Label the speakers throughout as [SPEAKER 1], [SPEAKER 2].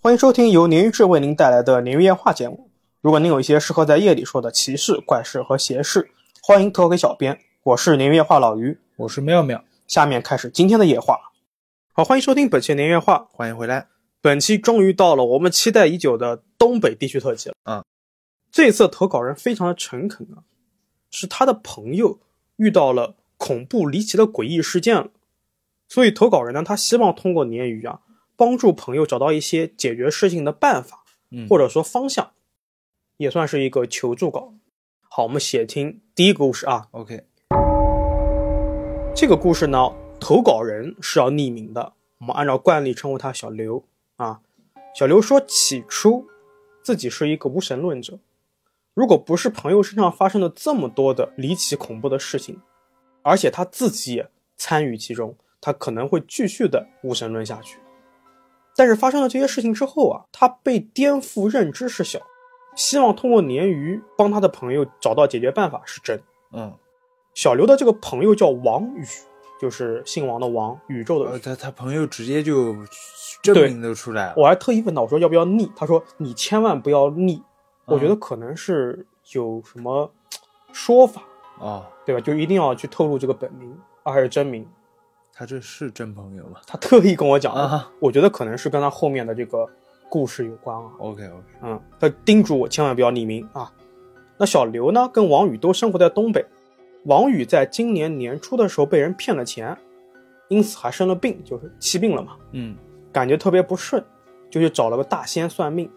[SPEAKER 1] 欢迎收听由鲶鱼志为您带来的鲶鱼夜话节目。如果您有一些适合在夜里说的奇事、怪事和邪事，欢迎投稿给小编。我是鲶鱼夜话老于，
[SPEAKER 2] 我是妙妙，
[SPEAKER 1] 下面开始今天的夜话。好，欢迎收听本期鲶鱼夜话。
[SPEAKER 2] 欢迎回来。
[SPEAKER 1] 本期终于到了我们期待已久的东北地区特辑了。
[SPEAKER 2] 嗯，
[SPEAKER 1] 这次投稿人非常的诚恳啊，是他的朋友遇到了恐怖离奇的诡异事件了，所以投稿人呢，他希望通过鲶鱼啊，帮助朋友找到一些解决事情的办法，
[SPEAKER 2] 嗯
[SPEAKER 1] 或者说方向，也算是一个求助稿。好，我们且听第一个故事啊，
[SPEAKER 2] OK，
[SPEAKER 1] 这个故事呢，投稿人是要匿名的，我们按照惯例称呼他小刘啊。小刘说，起初自己是一个无神论者，如果不是朋友身上发生了这么多的离奇恐怖的事情，而且他自己也参与其中，他可能会继续的无神论下去。但是发生了这些事情之后啊，他被颠覆认知视角，希望通过鲶鱼帮他的朋友找到解决办法是真。
[SPEAKER 2] 嗯，
[SPEAKER 1] 小刘的这个朋友叫王宇，就是姓王的王，宇宙的
[SPEAKER 2] 呃，
[SPEAKER 1] 宇。
[SPEAKER 2] 他他朋友直接就证明都出来了。
[SPEAKER 1] 我还特意问他，我说要不要逆？他说你千万不要逆。我觉得
[SPEAKER 2] 嗯
[SPEAKER 1] 可能是有什么说法，
[SPEAKER 2] 哦，
[SPEAKER 1] 对吧？就一定要去透露这个本名啊，还是真名？
[SPEAKER 2] 他这是真朋友吗？
[SPEAKER 1] 他特意跟我讲的，
[SPEAKER 2] 啊
[SPEAKER 1] 我觉得可能是跟他后面的这个故事有关啊。
[SPEAKER 2] ，OK OK，
[SPEAKER 1] 嗯，他叮嘱我千万不要匿名啊。那小刘呢，跟王宇都生活在东北。王宇在今年年初的时候被人骗了钱，因此还生了病，就是气病了嘛，
[SPEAKER 2] 嗯
[SPEAKER 1] 感觉特别不顺，就去找了个大仙算命。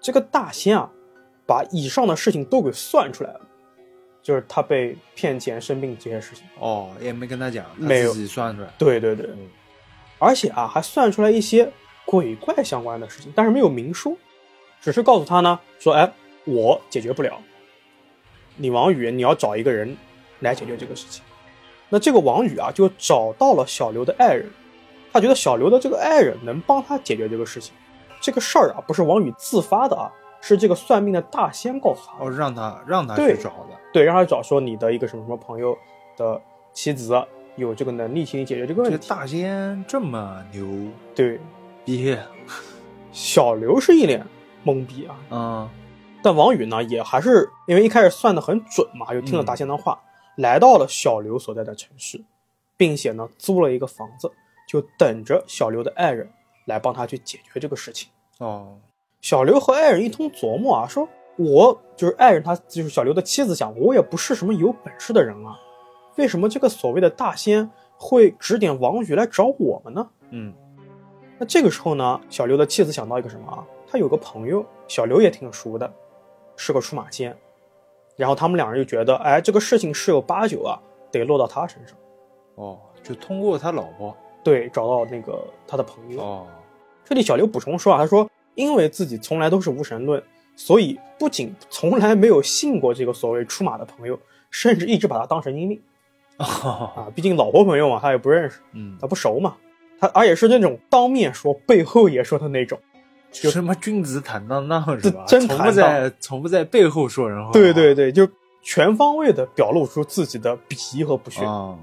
[SPEAKER 1] 这个大仙啊，把以上的事情都给算出来了，就是他被骗钱、生病这些事情。
[SPEAKER 2] 哦，也没跟他讲，他
[SPEAKER 1] 没有
[SPEAKER 2] 自己算出来。
[SPEAKER 1] 对对对，
[SPEAKER 2] 嗯
[SPEAKER 1] 而且啊，还算出来一些鬼怪相关的事情，但是没有明说，只是告诉他呢，说，哎，我解决不了，你王宇，你要找一个人来解决这个事情。那这个王宇啊，就找到了小刘的爱人，他觉得小刘的这个爱人能帮他解决这个事情。这个事儿啊，不是王宇自发的啊，是这个算命的大仙告诉他的。
[SPEAKER 2] 哦，让他让他
[SPEAKER 1] 对
[SPEAKER 2] 去找的，
[SPEAKER 1] 对，让他找说你的一个什么什么朋友的妻子啊有这个能力替你解决这个
[SPEAKER 2] 这
[SPEAKER 1] 问题。
[SPEAKER 2] 大仙这么牛
[SPEAKER 1] 对，
[SPEAKER 2] 逼，
[SPEAKER 1] 小刘是一脸懵逼啊，
[SPEAKER 2] 嗯
[SPEAKER 1] 但王宇呢，也还是因为一开始算的很准嘛，又听了大仙的话，来到了小刘所在的城市，并且呢租了一个房子，就等着小刘的爱人来帮他去解决这个事情。
[SPEAKER 2] 哦，
[SPEAKER 1] 小刘和爱人一通琢磨啊，说我就是爱人他，就是小刘的妻子想，我也不是什么有本事的人啊，为什么这个所谓的大仙会指点王宇来找我们呢？
[SPEAKER 2] 嗯
[SPEAKER 1] 那这个时候呢，小刘的妻子想到一个什么啊？他有个朋友，小刘也挺熟的，是个出马仙。然后他们两人就觉得，哎，这个事情十有八九啊，得落到他身上。
[SPEAKER 2] 哦，就通过他老婆
[SPEAKER 1] 对，找到那个他的朋友。
[SPEAKER 2] 哦，
[SPEAKER 1] 这里小刘补充说啊，他说，因为自己从来都是无神论，所以不仅从来没有信过这个所谓出马的朋友，甚至一直把他当神经病
[SPEAKER 2] 哦，
[SPEAKER 1] 啊。毕竟老婆朋友嘛，他也不认识，
[SPEAKER 2] 嗯
[SPEAKER 1] 他，不熟嘛。他而且是那种当面说背后也说的那种。 就
[SPEAKER 2] 什么君子坦荡荡是
[SPEAKER 1] 这
[SPEAKER 2] 吧？
[SPEAKER 1] 真
[SPEAKER 2] 从
[SPEAKER 1] 坦
[SPEAKER 2] 不
[SPEAKER 1] 荡
[SPEAKER 2] 在从不在背后说人话。
[SPEAKER 1] 对对对，就全方位的表露出自己的鄙夷和不屑。
[SPEAKER 2] 啊，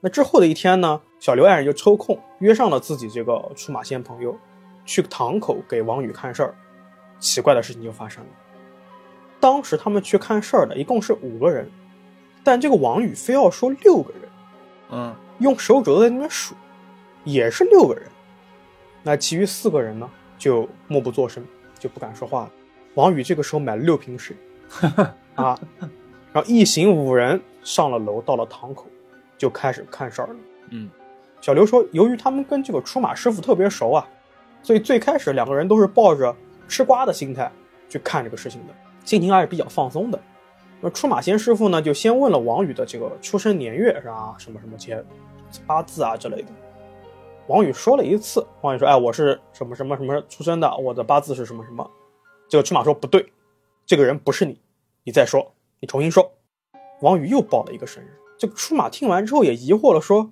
[SPEAKER 1] 那之后的一天呢，小刘爱人就抽空约上了自己这个出马仙朋友，去堂口给王宇看事儿。奇怪的事情就发生了，当时他们去看事儿的一共是五个人，但这个王宇非要说六个人，
[SPEAKER 2] 嗯，
[SPEAKER 1] 用手指头在那边数，也是六个人。那其余四个人呢，就默不作声，就不敢说话了。王宇这个时候买了六瓶水，啊，然后一行五人上了楼，到了堂口，就开始看事儿了。
[SPEAKER 2] 嗯，
[SPEAKER 1] 小刘说，由于他们跟这个出马师傅特别熟啊，所以最开始两个人都是抱着吃瓜的心态去看这个事情的，心情还是比较放松的。那出马仙师傅呢，就先问了王宇的这个出生年月啊，什么什么这些八字啊之类的。王宇说了一次，王宇说：“哎，我是什么什么什么出生的，我的八字是什么什么。”这个出马说：“不对，这个人不是你，你再说，你重新说。”王宇又报了一个生日。这个出马听完之后也疑惑了，说：“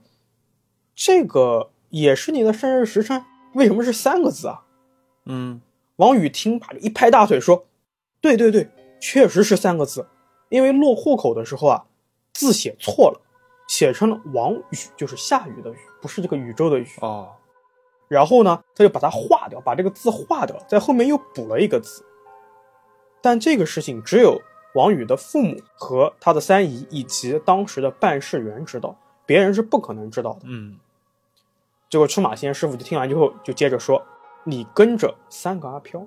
[SPEAKER 1] 这个也是你的生日时辰，为什么是三个字啊？”
[SPEAKER 2] 嗯，
[SPEAKER 1] 王宇听罢就一拍大腿说：“对对对，确实是三个字，因为落户口的时候啊，字写错了，写成了王宇，就是下雨的雨，不是这个宇宙的宇。
[SPEAKER 2] 哦，
[SPEAKER 1] 然后呢，他就把它划掉，把这个字划掉了，在后面又补了一个字。但这个事情只有王宇的父母和他的三姨以及当时的办事员知道，别人是不可能知道的。
[SPEAKER 2] 嗯
[SPEAKER 1] 结果出马仙师傅就听完之后，就接着说：“你跟着三个阿飘，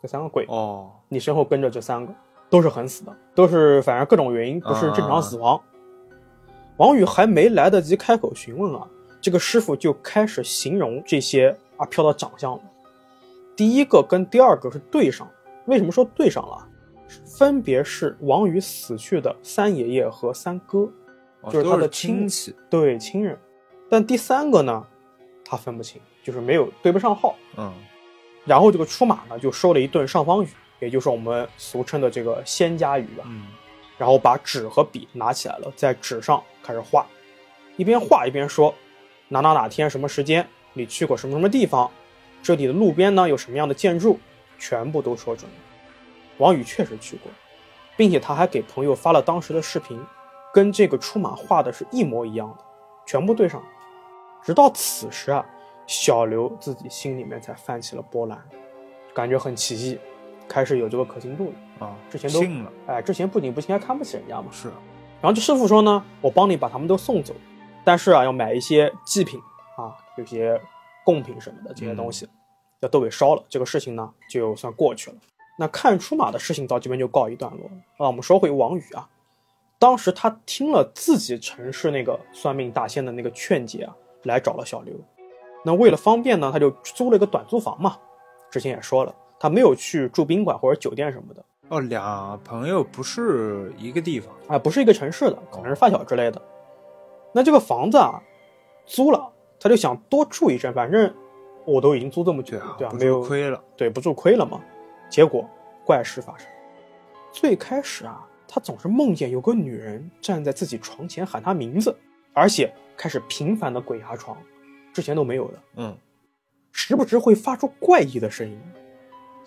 [SPEAKER 1] 这三个鬼，
[SPEAKER 2] 哦，
[SPEAKER 1] 你身后跟着这三个都是很死的，都是反正各种原因不是正常死亡。王宇还没来得及开口询问啊，这个师傅就开始形容这些阿飘的长相了。第一个跟第二个是对上，为什么说对上了啊？分别是王宇死去的三爷爷和三哥，
[SPEAKER 2] 哦
[SPEAKER 1] 就是
[SPEAKER 2] 都
[SPEAKER 1] 他的
[SPEAKER 2] 亲
[SPEAKER 1] 亲
[SPEAKER 2] 戚，
[SPEAKER 1] 对亲人。但第三个呢，他分不清，就是没有对不上号。
[SPEAKER 2] 嗯
[SPEAKER 1] 然后这个出马呢就说了一顿上方语，也就是我们俗称的这个仙家语吧。
[SPEAKER 2] 嗯
[SPEAKER 1] 然后把纸和笔拿起来了，在纸上开始画，一边画一边说：哪哪哪天什么时间，你去过什么什么地方，这里的路边呢有什么样的建筑，全部都说准了。王宇确实去过，并且他还给朋友发了当时的视频，跟这个出马画的是一模一样的，全部对上了。直到此时啊，小刘自己心里面才泛起了波澜，感觉很奇异，开始有这个可信度了。
[SPEAKER 2] 啊，
[SPEAKER 1] 之前都
[SPEAKER 2] 信了
[SPEAKER 1] 哎，之前不仅不信，还看不起人家嘛。
[SPEAKER 2] 是，
[SPEAKER 1] 然后这师傅说呢，我帮你把他们都送走，但是啊，要买一些祭品啊，有些贡品什么的这些东西，要都给烧了。这个事情呢，就算过去了。那看出马的事情到这边就告一段落了啊。我们说回王宇啊，当时他听了自己城市那个算命大仙的那个劝解啊，来找了小刘。那为了方便呢，他就租了一个短租房嘛。之前也说了，他没有去住宾馆或者酒店什么的，
[SPEAKER 2] 哦，俩朋友不是一个地方，
[SPEAKER 1] 啊，不是一个城市的，可能是发小之类的。那这个房子啊，租了，他就想多住一阵，反正我都已经租这么久
[SPEAKER 2] 对
[SPEAKER 1] 了
[SPEAKER 2] 啊，，
[SPEAKER 1] 对啊，
[SPEAKER 2] 不
[SPEAKER 1] 没
[SPEAKER 2] 是
[SPEAKER 1] 有
[SPEAKER 2] 亏了，
[SPEAKER 1] 对不住亏了嘛。结果怪事发生，最开始啊，他总是梦见有个女人站在自己床前喊他名字，而且开始频繁的鬼压床，之前都没有的。
[SPEAKER 2] 嗯
[SPEAKER 1] 时不时会发出怪异的声音。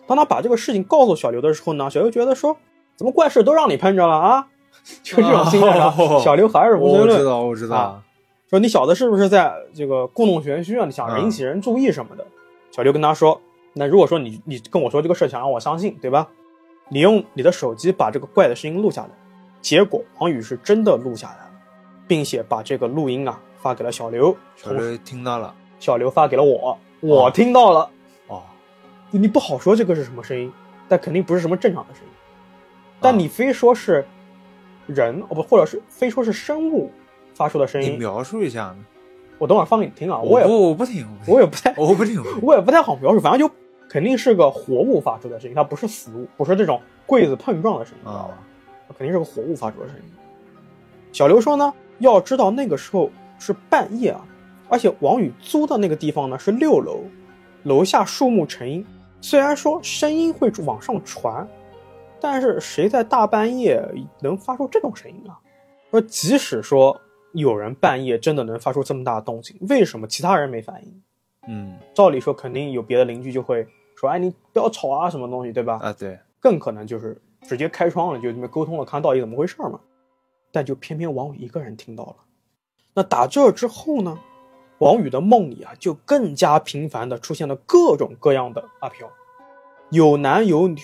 [SPEAKER 1] 当他把这个事情告诉小刘的时候呢，小刘觉得说，怎么怪事都让你碰着了啊？ 就这种心态啊
[SPEAKER 2] 哦
[SPEAKER 1] 小刘还是无
[SPEAKER 2] 我
[SPEAKER 1] 神
[SPEAKER 2] 知
[SPEAKER 1] 论，
[SPEAKER 2] 道我知道
[SPEAKER 1] 啊，说你小子是不是在这个故弄玄虚啊？你
[SPEAKER 2] 嗯
[SPEAKER 1] 想引起人注意什么的？小刘跟他说，那如果说你你跟我说这个事儿，想让我相信，对吧？你用你的手机把这个怪的声音录下来。结果王宇是真的录下来了，并且把这个录音啊发给了小刘，
[SPEAKER 2] 小
[SPEAKER 1] 同时
[SPEAKER 2] 刘听到了，
[SPEAKER 1] 小刘发给了我，我听到了。
[SPEAKER 2] 哦，
[SPEAKER 1] 你不好说这个是什么声音，但肯定不是什么正常的声音。
[SPEAKER 2] 啊
[SPEAKER 1] 但你非说是人，哦不，或者是非说是生物发出的声
[SPEAKER 2] 你
[SPEAKER 1] 音，
[SPEAKER 2] 描述一下呢？
[SPEAKER 1] 我等会儿放给你听哎啊。
[SPEAKER 2] 我
[SPEAKER 1] 我也
[SPEAKER 2] 不我不听，
[SPEAKER 1] 我
[SPEAKER 2] 也
[SPEAKER 1] 也不太
[SPEAKER 2] 我不听，我不听
[SPEAKER 1] 我也不太好描述，反正就肯定是个活物发出的声音，它不是死物，不是这种柜子碰撞的声音，知道吧
[SPEAKER 2] 啊，
[SPEAKER 1] 肯定是个活物发出的声音。小刘说呢，要知道那个时候是半夜啊，而且王宇租的那个地方呢是六楼，楼下树木成荫，虽然说声音会往上传，但是谁在大半夜能发出这种声音啊？说即使说有人半夜真的能发出这么大的动静，为什么其他人没反应？
[SPEAKER 2] 嗯
[SPEAKER 1] 照理说肯定有别的邻居就会说，哎，你不要吵啊，什么东西，对吧？
[SPEAKER 2] 啊对，
[SPEAKER 1] 更可能就是直接开窗了，就这么沟通了，看到底怎么回事儿嘛。但就偏偏王宇一个人听到了。那打这之后呢，王宇的梦里啊，就更加频繁的出现了各种各样的阿飘，有男有女，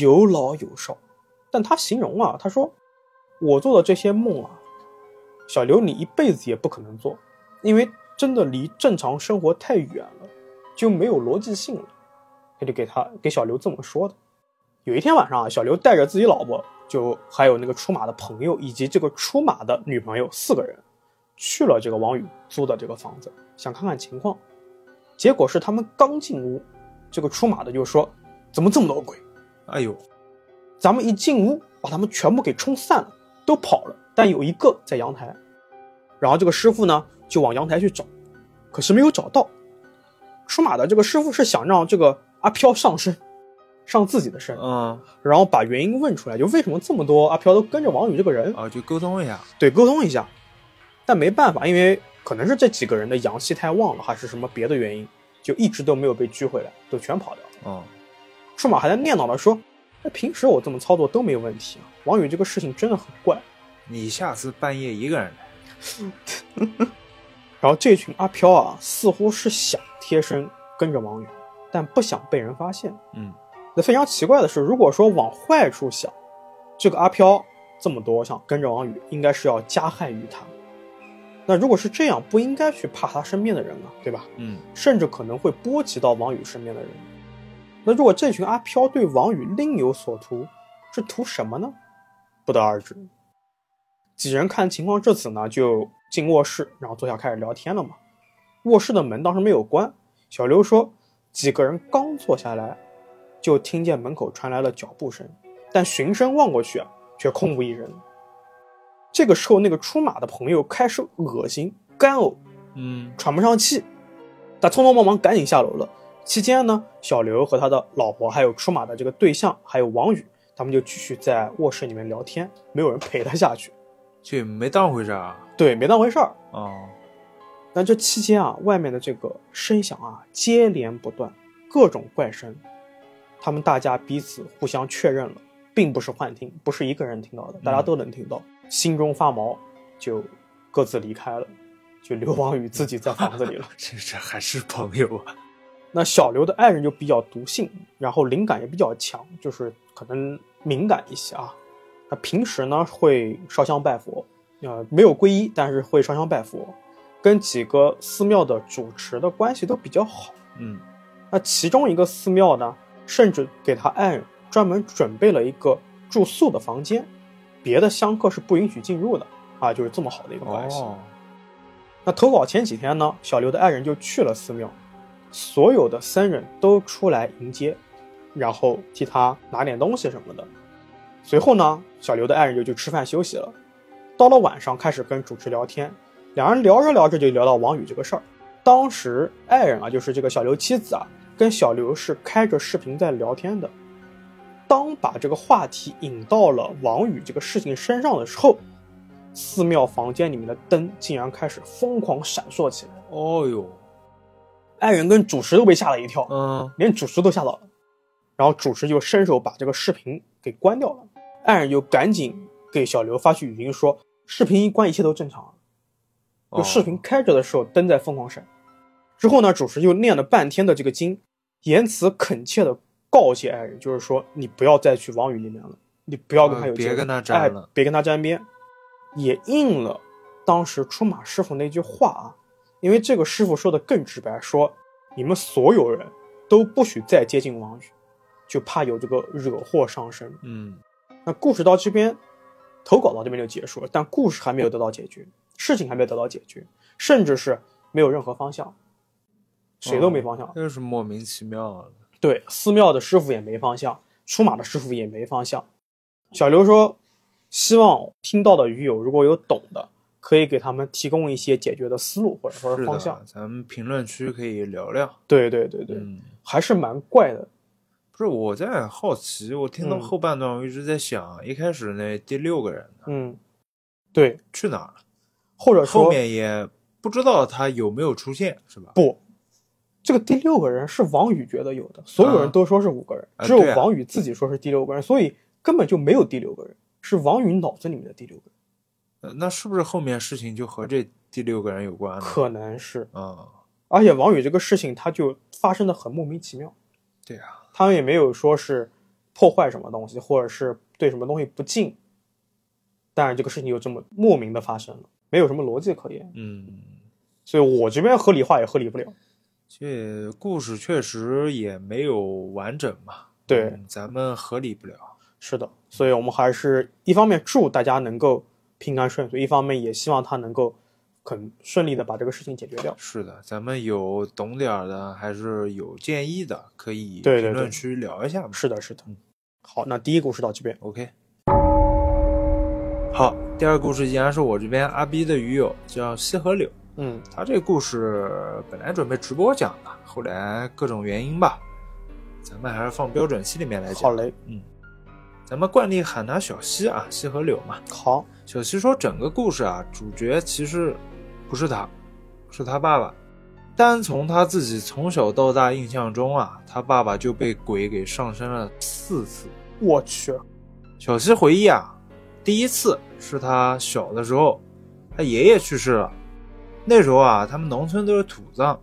[SPEAKER 1] 有老有少。但他形容啊，他说：“我做的这些梦啊，小刘你一辈子也不可能做，因为真的离正常生活太远了，就没有逻辑性了。”他就给他给小刘这么说的。有一天晚上啊，小刘带着自己老婆，就还有那个出马的朋友，以及这个出马的女朋友四个人，去了这个王宇租的这个房子，想看看情况。结果是他们刚进屋，这个出马的就说：“怎么这么多鬼？
[SPEAKER 2] 哎呦，
[SPEAKER 1] 咱们一进屋，把他们全部给冲散了，都跑了，但有一个在阳台。然后这个师傅呢，就往阳台去找，可是没有找到。出马的这个师傅是想让这个阿飘上身，上自己的身，
[SPEAKER 2] 嗯
[SPEAKER 1] 然后把原因问出来，就为什么这么多阿飘都跟着王宇这个人，
[SPEAKER 2] 啊就沟通一下，
[SPEAKER 1] 对，沟通一下。但没办法，因为可能是这几个人的阳气太旺了，还是什么别的原因，就一直都没有被拘回来，都全跑掉了。
[SPEAKER 2] 嗯
[SPEAKER 1] 数码还在念叨着说：“那平时我这么操作都没有问题啊，王宇这个事情真的很怪。
[SPEAKER 2] 你下次半夜一个人来，”
[SPEAKER 1] 然后这群阿飘啊，似乎是想贴身跟着王允，但不想被人发现。
[SPEAKER 2] 嗯
[SPEAKER 1] 那非常奇怪的是，如果说往坏处想，这个阿飘这么多想跟着王宇，应该是要加害于他。那如果是这样，不应该去怕他身边的人啊，对吧？
[SPEAKER 2] 嗯
[SPEAKER 1] 甚至可能会波及到王宇身边的人。那如果这群阿飘对王宇另有所图，是图什么呢？不得而知。几人看情况至此呢，就进卧室，然后坐下开始聊天了嘛。卧室的门当时没有关，小刘说，几个人刚坐下来，就听见门口传来了脚步声，但循声望过去啊，却空无一人。这个时候，那个出马的朋友开始恶心、干呕，
[SPEAKER 2] 嗯
[SPEAKER 1] 喘不上气，他匆匆忙忙赶紧下楼了。期间呢，小刘和他的老婆还有出马的这个对象，还有王宇，他们就继续在卧室里面聊天，没有人陪他下去。
[SPEAKER 2] 这也没当回事啊。
[SPEAKER 1] 对，没当回事儿。
[SPEAKER 2] 哦，
[SPEAKER 1] 那这期间啊，外面的这个声响啊接连不断，各种怪声，他们大家彼此互相确认了，并不是幻听，不是一个人听到的，大家都能听到，心中发毛，就各自离开了，就刘王宇自己在房子里了。
[SPEAKER 2] 这这还是朋友啊。
[SPEAKER 1] 那小刘的爱人就比较笃信，然后灵感也比较强，就是可能敏感一些啊。那平时呢会烧香拜佛，呃，没有皈依，但是会烧香拜佛，跟几个寺庙的主持的关系都比较好。
[SPEAKER 2] 嗯
[SPEAKER 1] 那其中一个寺庙呢，甚至给他爱人专门准备了一个住宿的房间，别的香客是不允许进入的啊，就是这么好的一个关系。
[SPEAKER 2] 哦，
[SPEAKER 1] 那投稿前几天呢，小刘的爱人就去了寺庙，所有的僧人都出来迎接，然后替他拿点东西什么的。随后呢，小刘的爱人就去吃饭休息了。到了晚上，开始跟主持聊天，两人聊着聊着就聊到王宇这个事儿。当时爱人啊，就是这个小刘妻子啊，跟小刘是开着视频在聊天的。当把这个话题引到了王宇这个事情身上的时候，寺庙房间里面的灯竟然开始疯狂闪烁起来，哎
[SPEAKER 2] 哦哟，
[SPEAKER 1] 爱人跟主持都被吓了一跳，
[SPEAKER 2] 嗯
[SPEAKER 1] 连主持都吓到了。然后主持就伸手把这个视频给关掉了，爱人就赶紧给小刘发去语音说，视频一关一切都正常了。就视
[SPEAKER 2] 哦
[SPEAKER 1] 频开着的时候，灯在疯狂闪。之后呢，主持又念了半天的这个经，言辞恳切的告诫爱人，就是说你不要再去王宇那边了，你不要跟他有
[SPEAKER 2] 嗯
[SPEAKER 1] 接触、
[SPEAKER 2] 别跟他沾了
[SPEAKER 1] 哎，别跟他沾边。也应了当时出马师傅那句话啊，因为这个师傅说的更直白，说你们所有人都不许再接近王宇，就怕有这个惹祸上身。
[SPEAKER 2] 嗯
[SPEAKER 1] 那故事到这边，投稿到这边就结束了，但故事还没有得到解决，事情还没有得到解决，甚至是没有任何方向，谁都没
[SPEAKER 2] 哦
[SPEAKER 1] 方向。
[SPEAKER 2] 又是莫名其妙的。
[SPEAKER 1] 对，寺庙的师傅也没方向，出马的师傅也没方向。小刘说，希望听到的鱼友如果有懂的，可以给他们提供一些解决的思路或者说
[SPEAKER 2] 是
[SPEAKER 1] 方向
[SPEAKER 2] 的，。咱们评论区可以聊聊。
[SPEAKER 1] 对对对对，
[SPEAKER 2] 嗯，
[SPEAKER 1] 还是蛮怪的。
[SPEAKER 2] 不是我在好奇，我听到
[SPEAKER 1] 嗯
[SPEAKER 2] 后半段，我一直在想，一开始那第六个人呢
[SPEAKER 1] 嗯，对，
[SPEAKER 2] 去哪儿了？
[SPEAKER 1] 或者说
[SPEAKER 2] 后面也不知道他有没有出现，是吧？
[SPEAKER 1] 不，这个第六个人是王宇觉得有的，所有人都说是五个人，
[SPEAKER 2] 啊
[SPEAKER 1] 只有
[SPEAKER 2] 对啊
[SPEAKER 1] 王宇自己说是第六个人，所以根本就没有第六个人，是王宇脑子里面的第六个人，
[SPEAKER 2] 呃那是不是后面事情就和这第六个人有关呢？
[SPEAKER 1] 可能是。
[SPEAKER 2] 嗯，
[SPEAKER 1] 而且王宇这个事情，他就发生的很莫名其妙，
[SPEAKER 2] 对啊，
[SPEAKER 1] 他们也没有说是破坏什么东西，或者是对什么东西不敬，但是这个事情就这么莫名的发生了，没有什么逻辑可言，
[SPEAKER 2] 嗯，
[SPEAKER 1] 所以我这边合理化也合理不了。
[SPEAKER 2] 这故事确实也没有完整嘛。
[SPEAKER 1] 对
[SPEAKER 2] 嗯咱们合理不了。
[SPEAKER 1] 是的，所以我们还是一方面祝大家能够平安顺遂，一方面也希望他能够很顺利的把这个事情解决掉。
[SPEAKER 2] 是的，咱们有懂点儿的，还是有建议的，可以
[SPEAKER 1] 对对
[SPEAKER 2] 评论
[SPEAKER 1] 对
[SPEAKER 2] 区聊一下嘛。
[SPEAKER 1] 是的，是的
[SPEAKER 2] 嗯。
[SPEAKER 1] 好，那第一故事到这边。
[SPEAKER 2] OK。好，第二个故事依然是我这边阿 B 的鱼友叫西河柳，
[SPEAKER 1] 嗯
[SPEAKER 2] 他这故事本来准备直播讲的，后来各种原因吧，咱们还是放标准期里面来
[SPEAKER 1] 好
[SPEAKER 2] 讲。
[SPEAKER 1] 嘞，
[SPEAKER 2] 咱们惯例喊他小西啊，西河柳嘛。
[SPEAKER 1] 好，
[SPEAKER 2] 小西说整个故事啊，主角其实不是他，是他爸爸。单从他自己从小到大印象中啊，他爸爸就被鬼给上身了四次。
[SPEAKER 1] 我去，
[SPEAKER 2] 小西回忆啊，第一次是他小的时候，他爷爷去世了。那时候啊，他们农村都是土葬，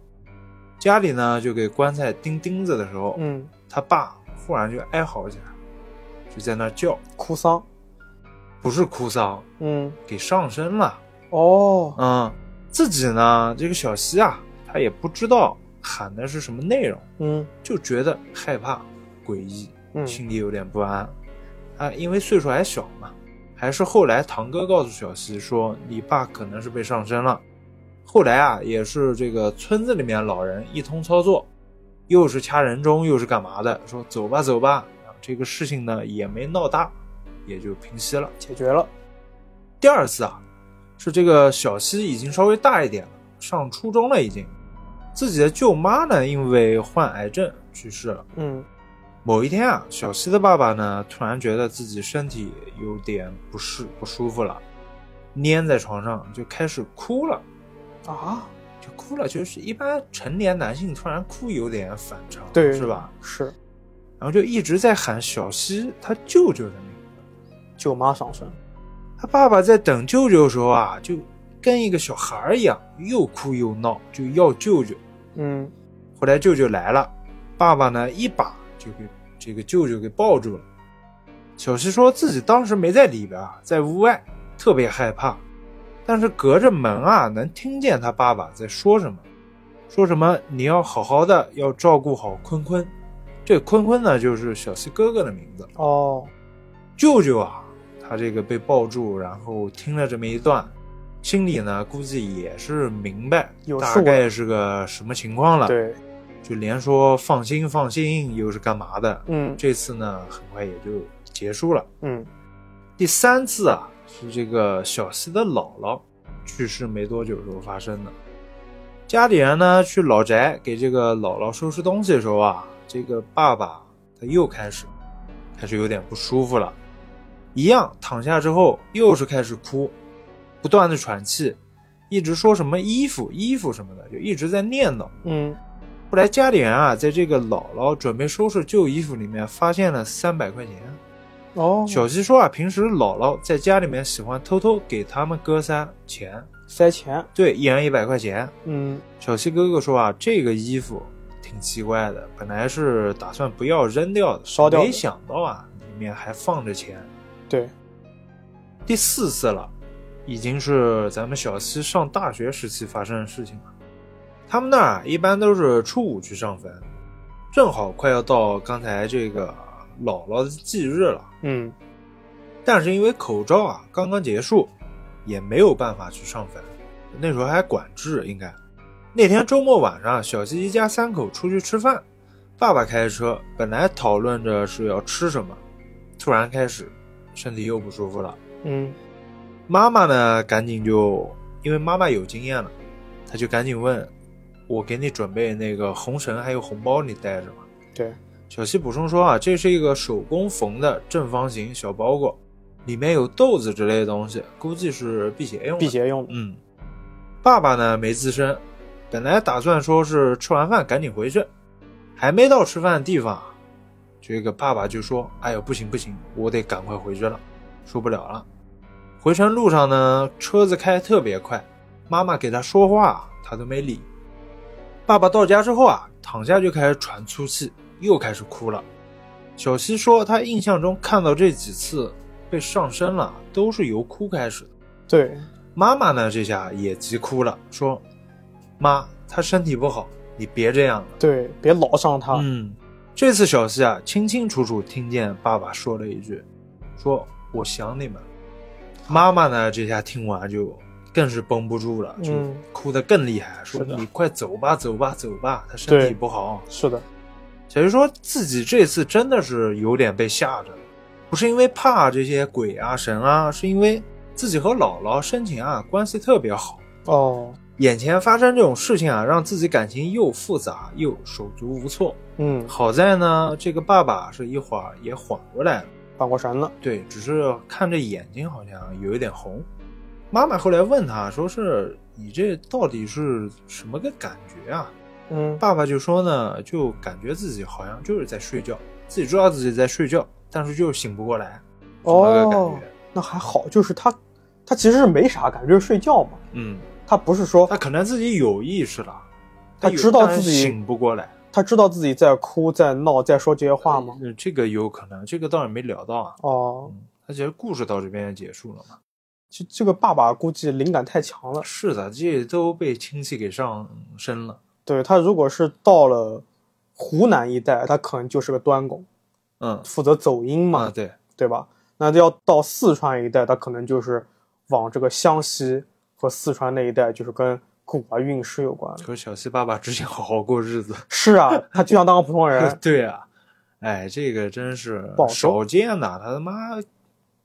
[SPEAKER 2] 家里呢就给棺材钉钉子的时候，
[SPEAKER 1] 嗯，
[SPEAKER 2] 他爸忽然就哀嚎起来，就在那儿叫，
[SPEAKER 1] 哭丧，
[SPEAKER 2] 不是哭丧，
[SPEAKER 1] 嗯，
[SPEAKER 2] 给上身了。
[SPEAKER 1] 哦，
[SPEAKER 2] 嗯，自己呢，这个小西啊，他也不知道喊的是什么内容，
[SPEAKER 1] 嗯
[SPEAKER 2] 就觉得害怕、诡异，
[SPEAKER 1] 嗯
[SPEAKER 2] 心里有点不安。啊，因为岁数还小嘛，还是后来堂哥告诉小西说，你爸可能是被上身了。后来啊，也是这个村子里面老人一通操作，又是掐人中，又是干嘛的，说走吧走吧。啊这个事情呢也没闹大，也就平息了。
[SPEAKER 1] 解决了，
[SPEAKER 2] 第二次啊，是这个小西已经稍微大一点了，上初中了已经。自己的舅妈呢，因为患癌症去世了。
[SPEAKER 1] 嗯
[SPEAKER 2] 某一天啊，小西的爸爸呢，突然觉得自己身体有点不适不舒服了，粘在床上就开始哭了，
[SPEAKER 1] 啊，
[SPEAKER 2] 就哭了。就是一般成年男性突然哭有点反常，
[SPEAKER 1] 对，
[SPEAKER 2] 是吧？？
[SPEAKER 1] 是
[SPEAKER 2] 然后就一直在喊小西他舅舅的名字。
[SPEAKER 1] 舅妈上身，
[SPEAKER 2] 他爸爸在等舅舅的时候啊，就跟一个小孩儿一样，又哭又闹，就要舅舅。
[SPEAKER 1] 嗯
[SPEAKER 2] 后来舅舅来了，爸爸呢一把就给这个舅舅给抱住了。小西说自己当时没在里边啊，在屋外，特别害怕，但是隔着门啊能听见他爸爸在说什么，说什么你要好好的，要照顾好坤坤。这坤坤呢，就是小西哥哥的名字。
[SPEAKER 1] 哦，
[SPEAKER 2] 舅舅啊，他这个被抱住，然后听了这么一段，心里呢估计也是明白
[SPEAKER 1] 有数
[SPEAKER 2] 大
[SPEAKER 1] 了
[SPEAKER 2] 概是个什么情况了，
[SPEAKER 1] 对，
[SPEAKER 2] 就连说放心放心，又是干嘛的。
[SPEAKER 1] 嗯
[SPEAKER 2] 这次呢，很快也就结束了。
[SPEAKER 1] 嗯
[SPEAKER 2] 第三次啊，是这个小西的姥姥去世没多久时候发生的。家里人呢去老宅给这个姥姥收拾东西的时候啊，这个爸爸他又开始开始有点不舒服了，一样躺下之后又是开始哭，不断的喘气，一直说什么衣服衣服什么的，就一直在念叨。
[SPEAKER 1] 嗯，
[SPEAKER 2] 后来家里人啊，在这个姥姥准备收拾旧衣服里面发现了三百块钱。
[SPEAKER 1] 哦，
[SPEAKER 2] 小西说啊，平时姥姥在家里面喜欢偷偷给他们哥仨钱，
[SPEAKER 1] 塞钱，
[SPEAKER 2] 对，一人一百块钱。
[SPEAKER 1] 嗯
[SPEAKER 2] 小西哥哥说啊，这个衣服挺奇怪的，本来是打算不要扔掉的，
[SPEAKER 1] 烧掉的
[SPEAKER 2] 没想到啊，里面还放着钱。
[SPEAKER 1] 对，
[SPEAKER 2] 第四次了，已经是咱们小西上大学时期发生的事情了。他们那儿啊一般都是初五去上坟，正好快要到刚才这个姥姥的忌日了。
[SPEAKER 1] 嗯
[SPEAKER 2] 但是因为口罩啊刚刚结束，也没有办法去上坟，那时候还管制应该。那天周末晚上，小西一家三口出去吃饭，爸爸开车，本来讨论着是要吃什么，突然开始身体又不舒服了。
[SPEAKER 1] 嗯
[SPEAKER 2] 妈妈呢，赶紧就因为妈妈有经验了，她就赶紧问我给你准备那个红绳还有红包，你带着吗？
[SPEAKER 1] 对，
[SPEAKER 2] 小西补充说啊，这是一个手工缝的正方形小包裹，里面有豆子之类的东西，估计是辟邪用的。
[SPEAKER 1] 辟。邪用的，
[SPEAKER 2] 嗯，爸爸呢没吱声，本来打算说是吃完饭赶紧回去，还没到吃饭的地方啊，这个爸爸就说：“哎呦，不行不行，我得赶快回去了，受不了了。”回程路上呢，车子开得特别快，妈妈给他说话啊他都没理。爸爸到家之后啊，躺下就开始喘粗气，又开始哭了。小西说，他印象中看到这几次被上身了，都是由哭开始的。
[SPEAKER 1] 对，
[SPEAKER 2] 妈妈呢，这下也急哭了，说：“妈，她身体不好，你别这样了。
[SPEAKER 1] 对，别老上他，
[SPEAKER 2] 嗯，这次小西啊，清清楚楚听见爸爸说了一句：“说我想你们。”妈妈呢，这下听完就更是绷不住了，就
[SPEAKER 1] 嗯
[SPEAKER 2] 哭得更厉害，说
[SPEAKER 1] 是：“的
[SPEAKER 2] 你快走吧，走吧，走吧，她身体
[SPEAKER 1] 对
[SPEAKER 2] 不好。
[SPEAKER 1] 是的，”
[SPEAKER 2] 小西说自己这次真的是有点被吓着了，不是因为怕这些鬼啊神啊，是因为自己和姥姥生前啊关系特别好。
[SPEAKER 1] 哦，
[SPEAKER 2] 眼前发生这种事情啊，让自己感情又复杂又手足无措。
[SPEAKER 1] 嗯，
[SPEAKER 2] 好在呢，这个爸爸是一会儿也缓过来了，
[SPEAKER 1] 反过神了，
[SPEAKER 2] 对，只是看这眼睛好像有一点红。妈妈后来问他说是：“你这到底是什么个感觉啊
[SPEAKER 1] 嗯？”，
[SPEAKER 2] 爸爸就说呢，就感觉自己好像就是在睡觉，自己知道自己在睡觉，但是就是醒不过来，这么个感
[SPEAKER 1] 哦
[SPEAKER 2] 觉。，
[SPEAKER 1] 那还好，就是他，他其实是没啥感觉，就是睡觉嘛，
[SPEAKER 2] 嗯，
[SPEAKER 1] 他不是说
[SPEAKER 2] 他可能自己有意识了，
[SPEAKER 1] 他
[SPEAKER 2] 有
[SPEAKER 1] 知道
[SPEAKER 2] 但
[SPEAKER 1] 自己
[SPEAKER 2] 醒不过来。
[SPEAKER 1] 他知道自己在哭、在闹、在说这些话吗？
[SPEAKER 2] 呃这个有可能，这个倒也没聊到啊。
[SPEAKER 1] 哦，
[SPEAKER 2] 他其实故事到这边也结束了嘛。
[SPEAKER 1] 这这个爸爸估计灵感太强了。
[SPEAKER 2] 是的，这都被亲戚给上身了。
[SPEAKER 1] 对他如果是到了湖南一带，他可能就是个端公，
[SPEAKER 2] 嗯，
[SPEAKER 1] 负责走音嘛，
[SPEAKER 2] 啊，对，
[SPEAKER 1] 对吧？那要到四川一带，他可能就是往这个湘西和四川那一带，就是跟古玩运势有关了。
[SPEAKER 2] 可是小西爸爸只想好好过日子。
[SPEAKER 1] 是 啊，他就想当个普通人。
[SPEAKER 2] 对啊，哎，这个真是
[SPEAKER 1] 不好说
[SPEAKER 2] 少见呐、他他妈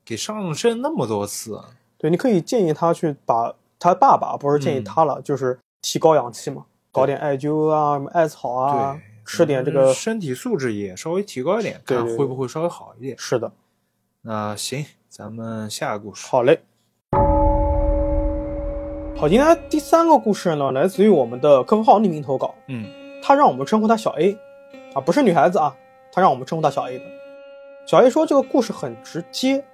[SPEAKER 2] 给上身那么多次，
[SPEAKER 1] 对，你可以建议他去把他爸爸，不是建议
[SPEAKER 2] 嗯
[SPEAKER 1] 他了，就是提高氧气嘛，搞点艾灸啊，什么艾草啊
[SPEAKER 2] 对，
[SPEAKER 1] 吃点这
[SPEAKER 2] 嗯
[SPEAKER 1] 个。
[SPEAKER 2] 身体素质也稍微提高一点，
[SPEAKER 1] 对
[SPEAKER 2] 看
[SPEAKER 1] 对对
[SPEAKER 2] 会不会稍微好一点。
[SPEAKER 1] 是的，
[SPEAKER 2] 那行，咱们下个故事。
[SPEAKER 1] 好嘞。好，今天第三个故事呢，来自于我们的客服号匿名投稿，
[SPEAKER 2] 嗯
[SPEAKER 1] 他让我们称呼他小 A，啊，不是女孩子啊，他让我们称呼他小 A 的。小 A 说这个故事很直接，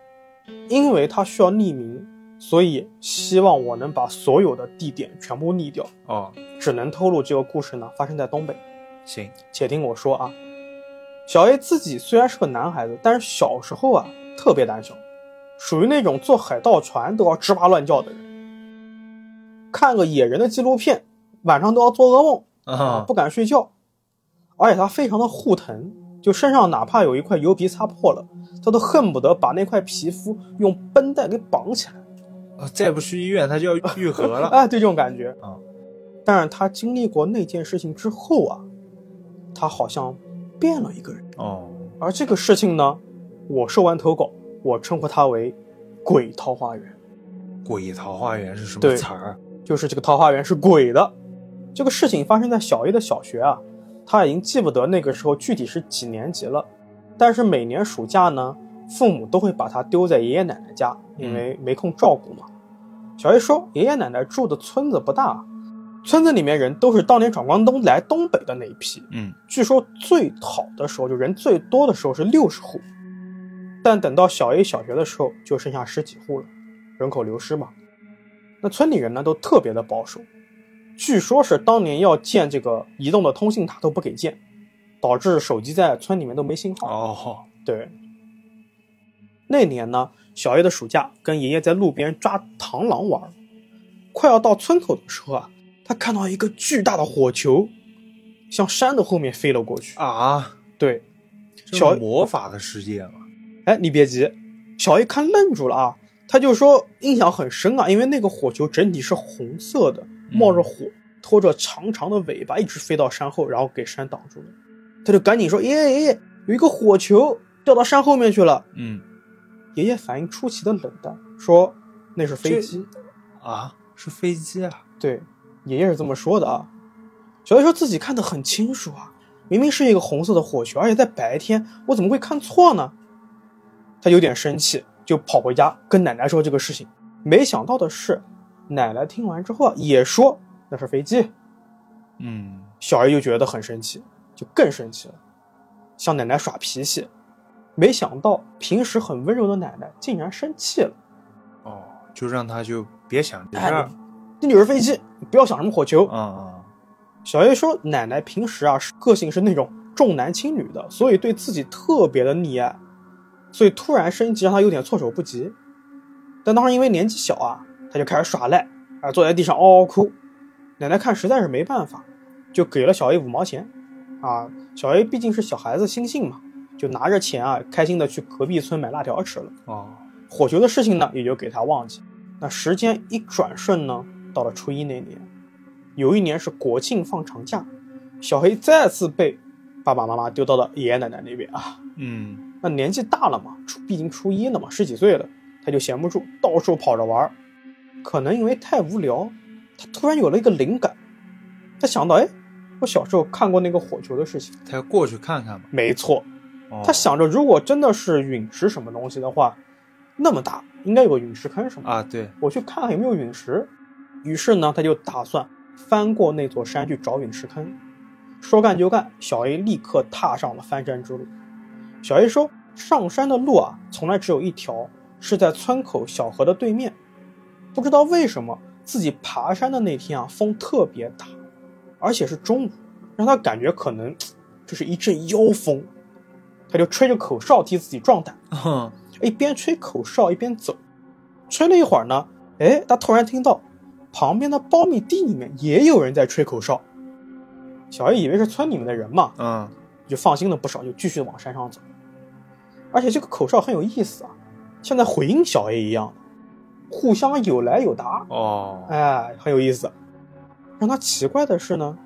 [SPEAKER 1] 因为他需要匿名，所以希望我能把所有的地点全部匿掉，
[SPEAKER 2] 哦，
[SPEAKER 1] 只能透露这个故事呢发生在东北。
[SPEAKER 2] 行，
[SPEAKER 1] 且听我说啊，小 A 自己虽然是个男孩子，但是小时候啊特别胆小，属于那种坐海盗船都要吱哇乱叫的人。看个野人的纪录片，晚上都要做噩梦
[SPEAKER 2] 啊
[SPEAKER 1] 不敢睡觉。而且他非常的护疼，就身上哪怕有一块油皮擦破了，他都恨不得把那块皮肤用绷带给绑起来。
[SPEAKER 2] 呃再不去医院他就要愈合了。
[SPEAKER 1] 哎，对这种感觉
[SPEAKER 2] 啊。
[SPEAKER 1] 但是他经历过那件事情之后啊，他好像变了一个人。
[SPEAKER 2] 哦，
[SPEAKER 1] 而这个事情呢，我收完投稿，我称呼它为“鬼桃花源
[SPEAKER 2] 鬼桃花源是什
[SPEAKER 1] 对
[SPEAKER 2] 么词儿？”，
[SPEAKER 1] 就是这个桃花源是鬼的。这个事情发生在小 A 的小学啊，他已经记不得那个时候具体是几年级了，但是每年暑假呢，父母都会把他丢在爷爷奶奶家，因为没空照顾嘛。小 A 说，爷爷奶奶住的村子不大，村子里面人都是当年闯关东来东北的那一批，
[SPEAKER 2] 嗯，
[SPEAKER 1] 据说最好的时候，就人最多的时候是六十户，但等到小 A 小学的时候，就剩下十几户了，人口流失嘛。那村里人呢，都特别的保守，据说是当年要建这个移动的通信塔都不给建，导致手机在村里面都没信号。
[SPEAKER 2] 哦，
[SPEAKER 1] 对，那年呢，小 A 的暑假跟爷爷在路边抓螳螂玩儿，快要到村口的时候啊，他看到一个巨大的火球向山的后面飞了过去。
[SPEAKER 2] 啊，
[SPEAKER 1] 对，
[SPEAKER 2] 这
[SPEAKER 1] 小
[SPEAKER 2] 是魔法的世界嘛。
[SPEAKER 1] 哎，你别急，小 A 看愣住了啊，他就说印象很深啊，因为那个火球整体是红色的，冒着火，拖着长长的尾巴一直飞到山后，然后给山挡住了。他就赶紧说：“爷爷爷爷，有一个火球掉到山后面去了。”
[SPEAKER 2] 嗯
[SPEAKER 1] 爷爷反应出奇的冷淡，说那是飞机。
[SPEAKER 2] 啊，是飞机啊。
[SPEAKER 1] 对，爷爷是这么说的啊。小叶说自己看得很清楚啊，明明是一个红色的火球，而且在白天，我怎么会看错呢？他有点生气，就跑回家跟奶奶说这个事情。没想到的是，奶奶听完之后啊，也说那是飞机。
[SPEAKER 2] 嗯，
[SPEAKER 1] 小 A 就觉得很生气，就更生气了，向奶奶耍脾气。没想到平时很温柔的奶奶竟然生气了。
[SPEAKER 2] 哦，就让他就别想这
[SPEAKER 1] 哎
[SPEAKER 2] 事儿。
[SPEAKER 1] 那就是飞机，你不要想什么火球。
[SPEAKER 2] 嗯
[SPEAKER 1] 小 A 说，奶奶平时啊是个性是那种重男轻女的，所以对自己特别的溺爱，所以突然升级让她有点措手不及。但当时因为年纪小啊，她就开始耍赖，啊坐在地上嗷嗷哭。奶奶看实在是没办法，就给了小 A 五毛钱。啊，小 A 毕竟是小孩子心性嘛，就拿着钱啊开心的去隔壁村买辣条吃了。
[SPEAKER 2] 嗯，哦，
[SPEAKER 1] 火球的事情呢，也就给他忘记。那时间一转瞬呢，到了初一那年，有一年是国庆放长假，小黑再次被爸爸妈妈丢到了爷爷奶奶那边啊。
[SPEAKER 2] 嗯
[SPEAKER 1] 那年纪大了嘛，初毕竟初一了嘛，十几岁了，他就闲不住，到处跑着玩儿。可能因为太无聊，他突然有了一个灵感，他想到，哎，我小时候看过那个火球的事情，
[SPEAKER 2] 他要过去看看嘛。
[SPEAKER 1] 没错，
[SPEAKER 2] 哦、
[SPEAKER 1] 他想着，如果真的是陨石什么东西的话，那么大，应该有个陨石坑什么的。
[SPEAKER 2] 啊，对，
[SPEAKER 1] 我去看看有没有陨石。于是呢，他就打算翻过那座山去找陨石坑。说干就干，小 A 立刻踏上了翻山之路。小 A 说，上山的路啊，从来只有一条，是在村口小河的对面。不知道为什么，自己爬山的那天啊，风特别大，而且是中午，让他感觉可能这是一阵妖风，他就吹着口哨替自己壮胆，
[SPEAKER 2] 哼
[SPEAKER 1] 一边吹口哨一边走。吹了一会儿呢，哎，他突然听到旁边的苞米地里面也有人在吹口哨。小 A 以为是村里面的人嘛，
[SPEAKER 2] 嗯
[SPEAKER 1] 就放心了不少，就继续往山上走。而且这个口哨很有意思啊，像在回应小 A 一样，互相有来有答，
[SPEAKER 2] 哦，
[SPEAKER 1] 哎，很有意思。让他奇怪的是呢，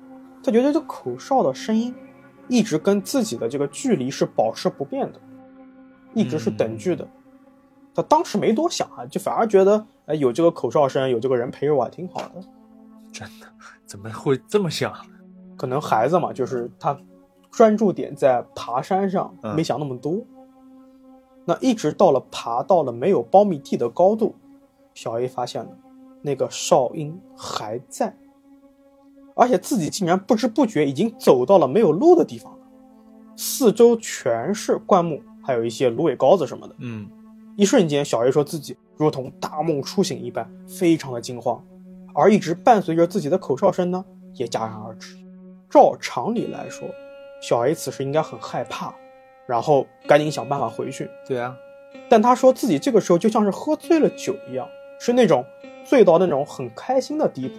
[SPEAKER 1] 他觉得这口哨的声音一直跟自己的这个距离是保持不变的，一直是等距的。他当时没多想啊，就反而觉得，哎，有这个口哨声，有这个人陪着我还挺好的。
[SPEAKER 2] 怎么会这么想？
[SPEAKER 1] 可能孩子嘛，就是他专注点在爬山上，
[SPEAKER 2] 嗯
[SPEAKER 1] 没想那么多。那一直到了爬到了没有苞米地的高度，小 A 发现了那个哨音还在，而且自己竟然不知不觉已经走到了没有路的地方了，四周全是灌木，还有一些芦苇膏子什么的。
[SPEAKER 2] 嗯
[SPEAKER 1] 一瞬间，小 A 说自己如同大梦初醒一般，非常的惊慌，而一直伴随着自己的口哨声呢，也戛然而止。照常理来说，小 A 此时应该很害怕，然后赶紧想办法回去。
[SPEAKER 2] 对啊，
[SPEAKER 1] 但他说自己这个时候就像是喝醉了酒一样，是那种醉到那种很开心的地步。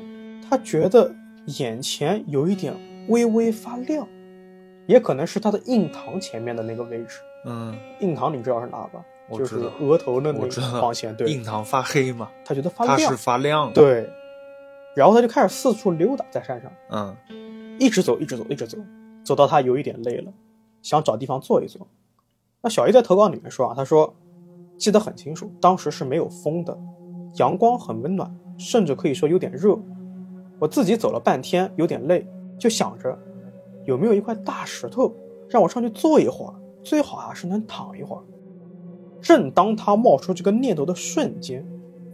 [SPEAKER 1] 他觉得眼前有一点微微发亮，也可能是他的印堂前面的那个位置。
[SPEAKER 2] 嗯，
[SPEAKER 1] 印堂你知道是哪吧？
[SPEAKER 2] 我
[SPEAKER 1] 就是
[SPEAKER 2] 知道
[SPEAKER 1] 额头的那
[SPEAKER 2] 我知
[SPEAKER 1] 个
[SPEAKER 2] 道
[SPEAKER 1] 往前，对
[SPEAKER 2] 印，堂发黑嘛，
[SPEAKER 1] 他觉得发
[SPEAKER 2] 它
[SPEAKER 1] 亮
[SPEAKER 2] 是，发亮的，
[SPEAKER 1] 对。然后他就开始四处溜达在山上，
[SPEAKER 2] 嗯
[SPEAKER 1] 一直走，一直走，一直走，走到他有一点累了，想找地方坐一坐。那小 A 在投稿里面说啊，他说记得很清楚，当时是没有风的，阳光很温暖，甚至可以说有点热。我自己走了半天，有点累，就想着有没有一块大石头让我上去坐一会儿，最好啊是能躺一会儿。正当他冒出这个念头的瞬间，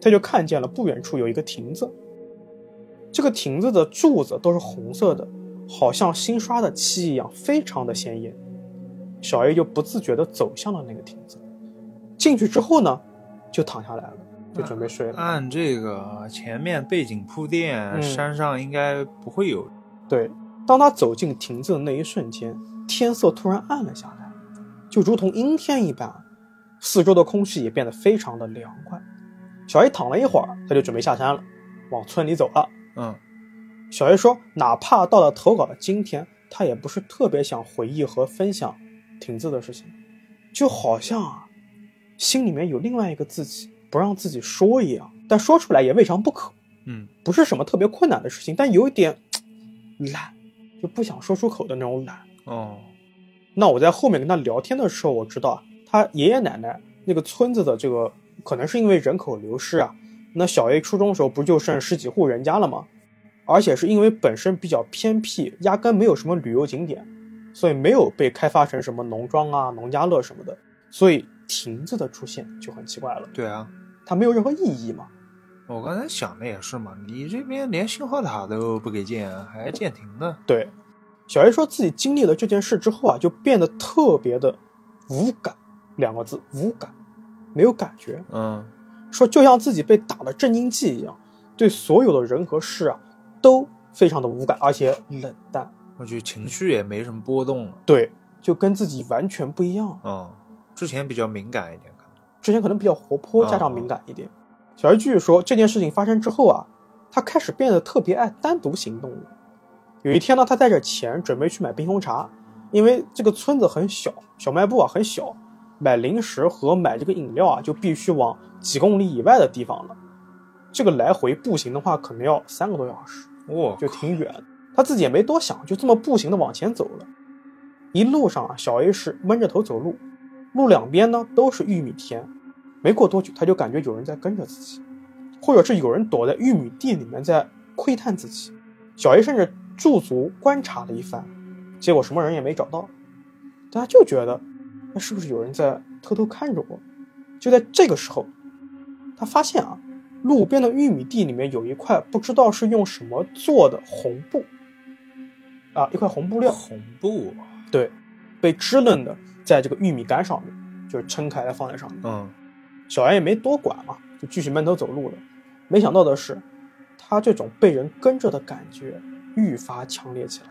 [SPEAKER 1] 他就看见了不远处有一个亭子，这个亭子的柱子都是红色的，好像新刷的漆一样，非常的鲜艳。小 A 就不自觉地走向了那个亭子，进去之后呢，就躺下来了，就准备睡了。
[SPEAKER 2] 按这个前面背景铺垫，
[SPEAKER 1] 嗯
[SPEAKER 2] 山上应该不会有。
[SPEAKER 1] 对，当他走进亭子的那一瞬间，天色突然暗了下来，就如同阴天一般，四周的空气也变得非常的凉快。小 A 躺了一会儿，他就准备下山了，往村里走了。
[SPEAKER 2] 嗯
[SPEAKER 1] 小 A 说，哪怕到了投稿的今天，他也不是特别想回忆和分享亭子的事情，就好像啊，心里面有另外一个自己不让自己说一样，但说出来也未尝不可。
[SPEAKER 2] 嗯
[SPEAKER 1] 不是什么特别困难的事情，但有一点懒，就不想说出口的那种懒。
[SPEAKER 2] 哦，
[SPEAKER 1] 那我在后面跟他聊天的时候，我知道啊，他爷爷奶奶那个村子的这个，可能是因为人口流失啊，那小 A 初中时候不就剩十几户人家了吗？而且是因为本身比较偏僻，压根没有什么旅游景点，所以没有被开发成什么农庄啊、农家乐什么的，所以亭子的出现就很奇怪了，
[SPEAKER 2] 对啊，
[SPEAKER 1] 它没有任何意义嘛。
[SPEAKER 2] 我刚才想的也是嘛，你这边连信号塔都不给建，还建停呢？
[SPEAKER 1] 对，小 A 说自己经历了这件事之后啊，就变得特别的无感，两个字无感，没有感觉。
[SPEAKER 2] 嗯
[SPEAKER 1] 说就像自己被打了镇静剂一样，对所有的人和事啊都非常的无感，而且冷淡。
[SPEAKER 2] 我觉得情绪也没什么波动了。
[SPEAKER 1] 对，就跟自己完全不一样。
[SPEAKER 2] 嗯，之前比较敏感一点，可能
[SPEAKER 1] 之前可能比较活泼，
[SPEAKER 2] 啊
[SPEAKER 1] 加上敏感一点。小 A 继续说，这件事情发生之后啊，他开始变得特别爱单独行动了。有一天呢，他带着钱准备去买冰红茶，因为这个村子很小，小卖部啊很小，买零食和买这个饮料啊就必须往几公里以外的地方了。这个来回步行的话，可能要三个多小时。
[SPEAKER 2] 哇，
[SPEAKER 1] 就挺远。他自己也没多想，就这么步行的往前走了。一路上啊，小 A 是闷着头走路，路两边呢都是玉米田。没过多久，他就感觉有人在跟着自己，或者是有人躲在玉米地里面在窥探自己。小 A 甚至驻足观察了一番，结果什么人也没找到。但他就觉得，那是不是有人在偷偷看着我？就在这个时候，他发现啊，路边的玉米地里面有一块不知道是用什么做的红布，啊，一块红布料，
[SPEAKER 2] 红布啊，
[SPEAKER 1] 对，被支棱的在这个玉米杆上面，就是撑开来放在上面。
[SPEAKER 2] 嗯
[SPEAKER 1] 小安也没多管嘛，就继续闷头走路了。没想到的是，他这种被人跟着的感觉，愈发强烈起来，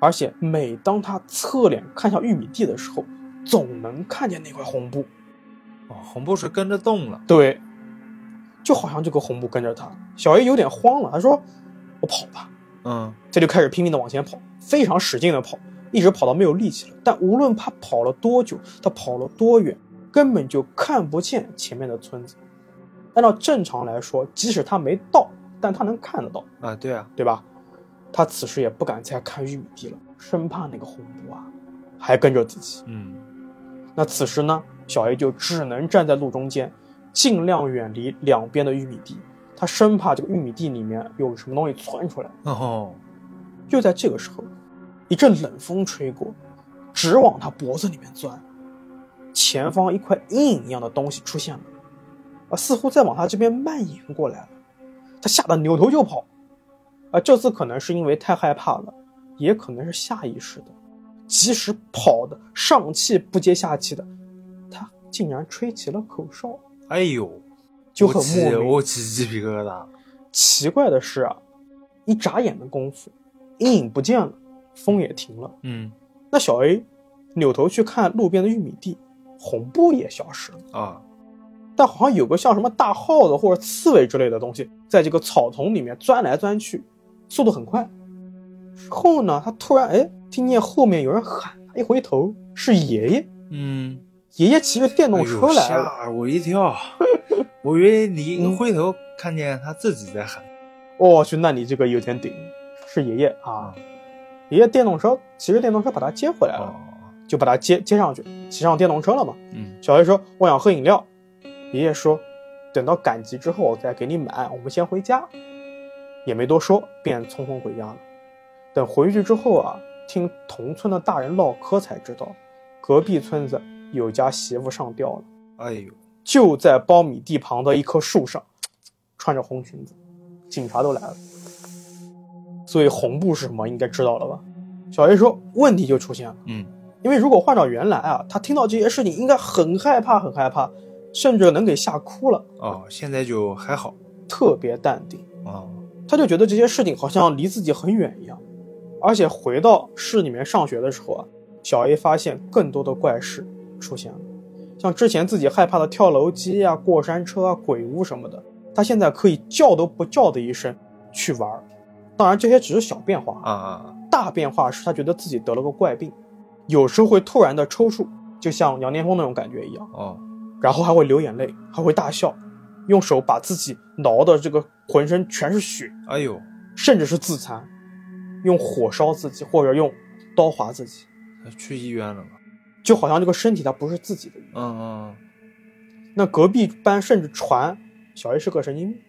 [SPEAKER 1] 而且每当他侧脸看向玉米地的时候，总能看见那块红布。
[SPEAKER 2] 哦，红布是跟着动了，
[SPEAKER 1] 对，就好像这个红布跟着他。小 A 有点慌了，他说：“我跑吧。”
[SPEAKER 2] 嗯，
[SPEAKER 1] 他就开始拼命的往前跑，非常使劲的跑，一直跑到没有力气了。但无论他跑了多久，他跑了多远，根本就看不见前面的村子。按照正常来说，即使他没到，但他能看得到，
[SPEAKER 2] 啊，对啊，
[SPEAKER 1] 对吧？他此时也不敢再看玉米地了，生怕那个红布啊还跟着自己。
[SPEAKER 2] 嗯，
[SPEAKER 1] 那此时呢，小 A 就只能站在路中间，尽量远离两边的玉米地，他生怕这个玉米地里面有什么东西窜出来。
[SPEAKER 2] 哦，
[SPEAKER 1] 就在这个时候，一阵冷风吹过，直往他脖子里面钻。前方一块阴影一样的东西出现了，啊，似乎在往他这边蔓延过来了。他吓得扭头就跑，啊，这次可能是因为太害怕了，也可能是下意识的。即使跑的上气不接下气的，他竟然吹起了口哨，
[SPEAKER 2] 哎呦，
[SPEAKER 1] 就
[SPEAKER 2] 我
[SPEAKER 1] 很
[SPEAKER 2] 起
[SPEAKER 1] 莫名。
[SPEAKER 2] 我起鸡皮疙瘩，
[SPEAKER 1] 奇怪的是啊，一眨眼的功夫，阴影不见了，风也停了。
[SPEAKER 2] 嗯，
[SPEAKER 1] 那小 A 扭头去看路边的玉米地，红布也消失了，
[SPEAKER 2] 啊，
[SPEAKER 1] 但好像有个像什么大耗子或者刺猬之类的东西，在这个草丛里面钻来钻去，速度很快。之后呢，他突然哎听见后面有人喊，一回头是爷爷，
[SPEAKER 2] 嗯，
[SPEAKER 1] 爷爷骑着电动车来
[SPEAKER 2] 哎呦
[SPEAKER 1] 了。
[SPEAKER 2] 吓我一 跳，我以为你一
[SPEAKER 1] 嗯
[SPEAKER 2] 回头看见他自己在喊，
[SPEAKER 1] 我哦去，那你这个有点顶，是爷爷啊，爷爷电动车骑着电动车把他接回来了。
[SPEAKER 2] 嗯哦，
[SPEAKER 1] 就把他接接上去，骑上电动车了嘛。
[SPEAKER 2] 嗯，
[SPEAKER 1] 小 A 说：“我想喝饮料。”爷爷说：“等到赶集之后我再给你买，我们先回家。”也没多说，便匆匆回家了。等回去之后啊，听同村的大人唠嗑才知道，隔壁村子有家媳妇上吊了，
[SPEAKER 2] 哎呦，
[SPEAKER 1] 就在苞米地旁的一棵树上，穿着红裙子，警察都来了。所以红布是什么，应该知道了吧？小 A 说：“问题就出现了。”
[SPEAKER 2] 嗯，
[SPEAKER 1] 因为如果换到原来啊，他听到这些事情应该很害怕，很害怕，甚至能给吓哭了，
[SPEAKER 2] 哦，现在就还好，
[SPEAKER 1] 特别淡定。
[SPEAKER 2] 哦，
[SPEAKER 1] 他就觉得这些事情好像离自己很远一样。而且回到市里面上学的时候啊，小 A 发现更多的怪事出现了，像之前自己害怕的跳楼机啊、过山车啊、鬼屋什么的，他现在可以叫都不叫的一声去玩儿。当然，这些只是小变化啊。
[SPEAKER 2] 啊啊，
[SPEAKER 1] 大变化是他觉得自己得了个怪病，有时候会突然的抽搐，就像羊癫疯那种感觉一样，
[SPEAKER 2] 哦，
[SPEAKER 1] 然后还会流眼泪，还会大笑，用手把自己挠的这个浑身全是血，
[SPEAKER 2] 哎呦，
[SPEAKER 1] 甚至是自残，用火烧自己或者用刀划自己，
[SPEAKER 2] 他去医院了吗？
[SPEAKER 1] 就好像这个身体它不是自己的一样。
[SPEAKER 2] 嗯嗯，
[SPEAKER 1] 那隔壁班甚至传小 A 是个神经病，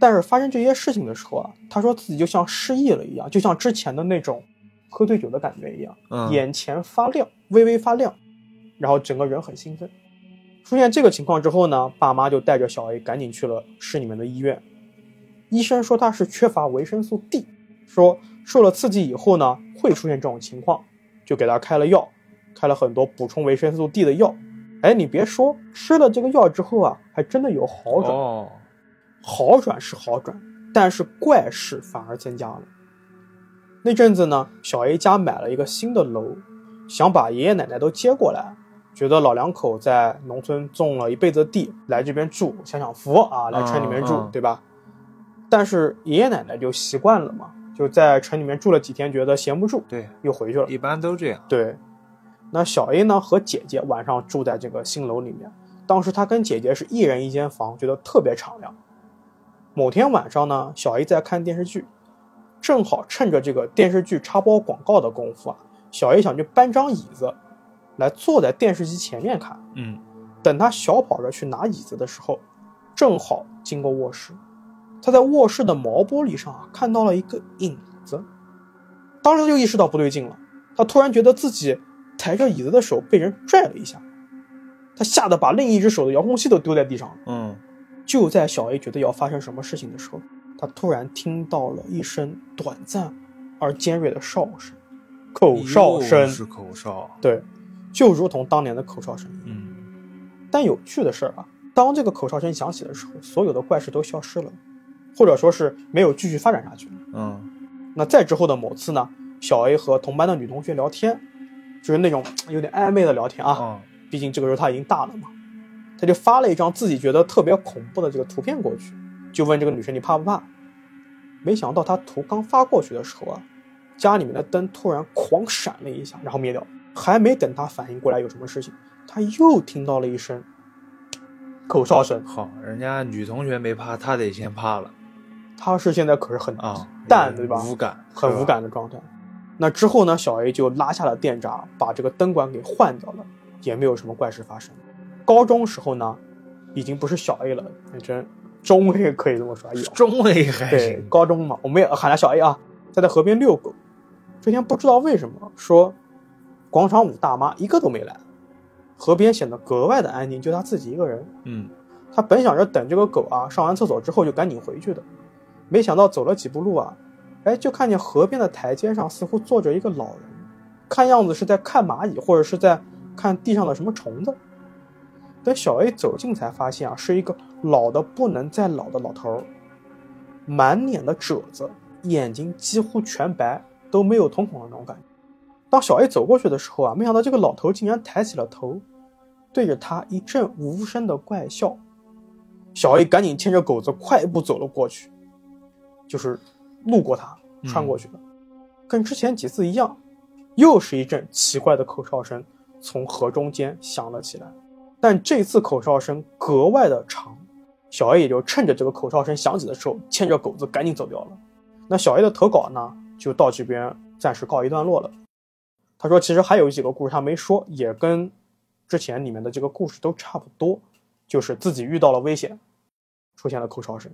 [SPEAKER 1] 但是发生这些事情的时候啊，他说自己就像失忆了一样，就像之前的那种喝醉酒的感觉一样。
[SPEAKER 2] 嗯，
[SPEAKER 1] 眼前发亮，微微发亮，然后整个人很兴奋。出现这个情况之后呢，爸妈就带着小 A 赶紧去了市里面的医院。医生说他是缺乏维生素 D，说受了刺激以后呢会出现这种情况，就给他开了药，开了很多补充维生素 D 的药。哎，你别说，吃了这个药之后啊，还真的有好转。
[SPEAKER 2] 哦，
[SPEAKER 1] 好转是好转，但是怪事反而增加了。那阵子呢，小 A 家买了一个新的楼，想把爷爷奶奶都接过来，觉得老两口在农村种了一辈子地，来这边住享享福啊，来城里面住，
[SPEAKER 2] 嗯嗯
[SPEAKER 1] 对吧？但是爷爷奶奶就习惯了嘛，就在城里面住了几天，觉得闲不住，
[SPEAKER 2] 对，
[SPEAKER 1] 又回去了。
[SPEAKER 2] 一般都这样，
[SPEAKER 1] 对，那小 A 呢和姐姐晚上住在这个新楼里面，当时他跟姐姐是一人一间房，觉得特别敞亮。某天晚上呢，小 A 在看电视剧，正好趁着这个电视剧插播广告的功夫啊，小 A 想去搬张椅子来坐在电视机前面看。
[SPEAKER 2] 嗯，
[SPEAKER 1] 等他小跑着去拿椅子的时候，正好经过卧室，他在卧室的毛玻璃上啊看到了一个影子，当时他就意识到不对劲了，他突然觉得自己抬着椅子的手被人拽了一下，他吓得把另一只手的遥控器都丢在地上了。
[SPEAKER 2] 嗯，
[SPEAKER 1] 就在小 A 觉得要发生什么事情的时候，他突然听到了一声短暂而尖锐的哨声，口哨
[SPEAKER 2] 嗯又
[SPEAKER 1] 声，
[SPEAKER 2] 哎是口哨，
[SPEAKER 1] 对，就如同当年的口哨声一样。
[SPEAKER 2] 嗯，
[SPEAKER 1] 但有趣的事儿啊，当这个口哨声响起的时候，所有的怪事都消失了，或者说是没有继续发展下去。
[SPEAKER 2] 嗯，
[SPEAKER 1] 那再之后的某次呢，小 A 和同班的女同学聊天，就是那种嘖有点暧昧的聊天啊，
[SPEAKER 2] 嗯
[SPEAKER 1] 毕竟这个时候他已经大了嘛，他就发了一张自己觉得特别恐怖的这个图片过去，就问这个女生你怕不怕？没想到他图刚发过去的时候啊，家里面的灯突然狂闪了一下，然后灭掉了。还没等他反应过来有什么事情，他又听到了一声口哨声。
[SPEAKER 2] 好，人家女同学没怕，他得先怕了
[SPEAKER 1] 他是现在可是很
[SPEAKER 2] 啊，
[SPEAKER 1] 淡对吧
[SPEAKER 2] 无感，
[SPEAKER 1] 很
[SPEAKER 2] 是吧
[SPEAKER 1] 无。感的状态。那之后呢，小 A 就拉下了电闸，把这个灯管给换掉了，也没有什么怪事发生。高中时候呢，已经不是小 A 了，反正中 A 可以这么说， 有
[SPEAKER 2] 中位还
[SPEAKER 1] 对
[SPEAKER 2] 行，
[SPEAKER 1] 高中嘛，我们也喊他小 A 啊。他在河边遛狗，这天不知道为什么说，广场舞大妈一个都没来，河边显得格外的安静，就他自己一个人。
[SPEAKER 2] 嗯，
[SPEAKER 1] 他本想着等这个狗啊上完厕所之后就赶紧回去的，没想到走了几步路啊，哎，就看见河边的台阶上似乎坐着一个老人，看样子是在看蚂蚁或者是在看地上的什么虫子。等小 A 走近才发现啊，是一个老的不能再老的老头儿，满脸的褶子，眼睛几乎全白，都没有瞳孔的那种感觉。当小 A 走过去的时候啊，没想到这个老头竟然抬起了头，对着他一阵无声的怪笑。小 A 赶紧牵着狗子快步走了过去，就是路过他，穿过去的。跟之前几次一样，又是一阵奇怪的口哨声从河中间响了起来，但这次口哨声格外的长。小 A 也就趁着这个口哨声响起的时候，牵着狗子赶紧走掉了。那小 A 的投稿呢，就到这边暂时告一段落了。他说，其实还有几个故事他没说，也跟之前里面的这个故事都差不多，就是自己遇到了危险，出现了口哨声。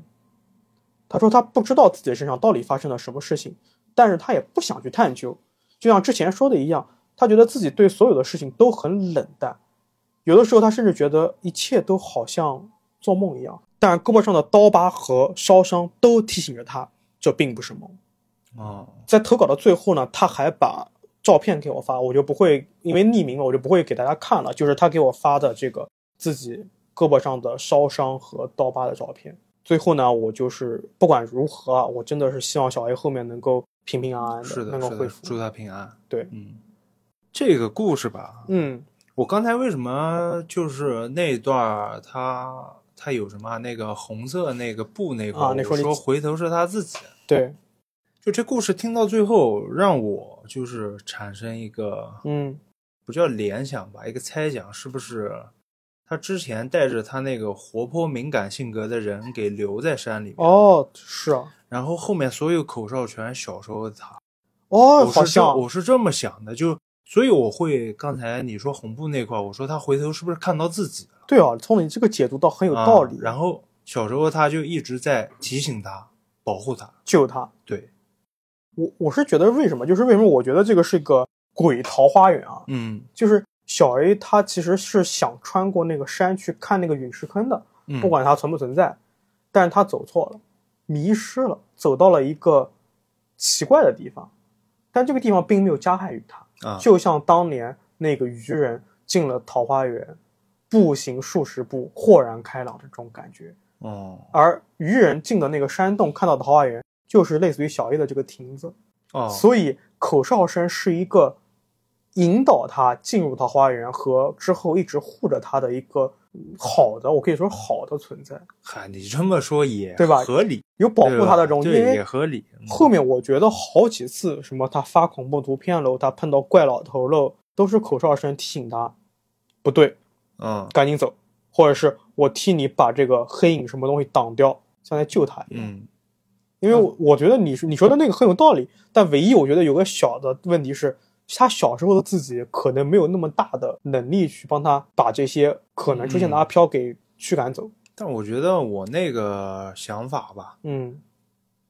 [SPEAKER 1] 他说他不知道自己身上到底发生了什么事情，但是他也不想去探究。就像之前说的一样，他觉得自己对所有的事情都很冷淡，有的时候他甚至觉得一切都好像做梦一样。但胳膊上的刀疤和烧伤都提醒着他，这并不是梦。
[SPEAKER 2] 哦，
[SPEAKER 1] 在投稿的最后呢，他还把照片给我发，我就不会因为匿名嘛，我就不会给大家看了。就是他给我发的这个自己胳膊上的烧伤和刀疤的照片。最后呢，我就是不管如何啊，我真的是希望小 A 后面能够平平安安
[SPEAKER 2] 是的，
[SPEAKER 1] 能够
[SPEAKER 2] 是
[SPEAKER 1] 恢
[SPEAKER 2] 的，
[SPEAKER 1] 复。
[SPEAKER 2] 祝他平安。
[SPEAKER 1] 对，
[SPEAKER 2] 嗯，这个故事吧，
[SPEAKER 1] 嗯
[SPEAKER 2] 我刚才为什么就是那段儿他他有什么啊那个红色那个布那块儿，
[SPEAKER 1] 啊那
[SPEAKER 2] 我
[SPEAKER 1] 说你
[SPEAKER 2] 说回头是他自己。，
[SPEAKER 1] 对，
[SPEAKER 2] 就这故事听到最后，让我就是产生一个
[SPEAKER 1] 嗯
[SPEAKER 2] 不叫联想吧，一个猜想，是不是他之前带着他那个活泼敏感性格的人给留在山里面，
[SPEAKER 1] 哦，是啊，
[SPEAKER 2] 然后后面所有口哨全是小时候的他。
[SPEAKER 1] 哦，
[SPEAKER 2] 我
[SPEAKER 1] 好
[SPEAKER 2] 是这
[SPEAKER 1] 像
[SPEAKER 2] 我是这么想的，就所以我会刚才你说红布那块儿，我说他回头是不是看到自己了？
[SPEAKER 1] 对啊，从你这个解读倒很有道理。
[SPEAKER 2] 啊然后小时候他就一直在提醒他，保护他。
[SPEAKER 1] 救他，
[SPEAKER 2] 对，
[SPEAKER 1] 我我是觉得为什么，就是为什么我觉得这个是个鬼桃花源啊，
[SPEAKER 2] 嗯
[SPEAKER 1] 就是小 A 他其实是想穿过那个山去看那个陨石坑的，
[SPEAKER 2] 嗯，
[SPEAKER 1] 不管它存不存在，但是他走错了，迷失了，走到了一个奇怪的地方，但这个地方并没有加害于他，
[SPEAKER 2] 啊，
[SPEAKER 1] 就像当年那个渔人进了桃花源，步行数十步，豁然开朗的这种感觉。
[SPEAKER 2] 哦
[SPEAKER 1] 而渔人进的那个山洞看到的桃花源，就是类似于小 A 的这个亭子，
[SPEAKER 2] 哦，
[SPEAKER 1] 所以口哨声是一个引导他进入桃花源和之后一直护着他的一个嗯好的，我可以说好的存在，
[SPEAKER 2] 嗨，你这么说也
[SPEAKER 1] 对吧
[SPEAKER 2] 合理，
[SPEAKER 1] 有保护
[SPEAKER 2] 对吧
[SPEAKER 1] 他的这种，因
[SPEAKER 2] 对也
[SPEAKER 1] 为
[SPEAKER 2] 合理。嗯
[SPEAKER 1] 后面我觉得好几次什么他发恐怖图片喽，他碰到怪老头喽，都是口哨声提醒他不对，
[SPEAKER 2] 嗯
[SPEAKER 1] 赶紧走，或者是我替你把这个黑影什么东西挡掉，像在救他一样。
[SPEAKER 2] 嗯
[SPEAKER 1] 因为我我觉得你说你说的那个很有道理，但唯一我觉得有个小的问题是，他小时候的自己可能没有那么大的能力去帮他把这些可能出
[SPEAKER 2] 嗯
[SPEAKER 1] 现的阿飘给驱赶走。
[SPEAKER 2] 但我觉得我那个想法吧，
[SPEAKER 1] 嗯，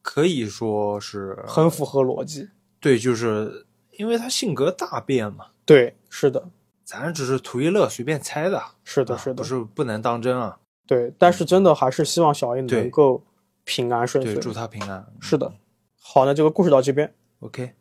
[SPEAKER 2] 可以说是
[SPEAKER 1] 很符合逻辑。
[SPEAKER 2] 对，就是因为他性格大变嘛，
[SPEAKER 1] 对，是的，
[SPEAKER 2] 咱只是图一乐，随便猜的。
[SPEAKER 1] 是的，
[SPEAKER 2] 啊
[SPEAKER 1] 是的，
[SPEAKER 2] 不是不能当真啊。
[SPEAKER 1] 对。但是真的还是希望小 A
[SPEAKER 2] 对
[SPEAKER 1] 能够平安顺
[SPEAKER 2] 对，祝
[SPEAKER 1] 遂。
[SPEAKER 2] 他平安。嗯
[SPEAKER 1] 是的，好，那这个故事到这边。
[SPEAKER 2] ，OK，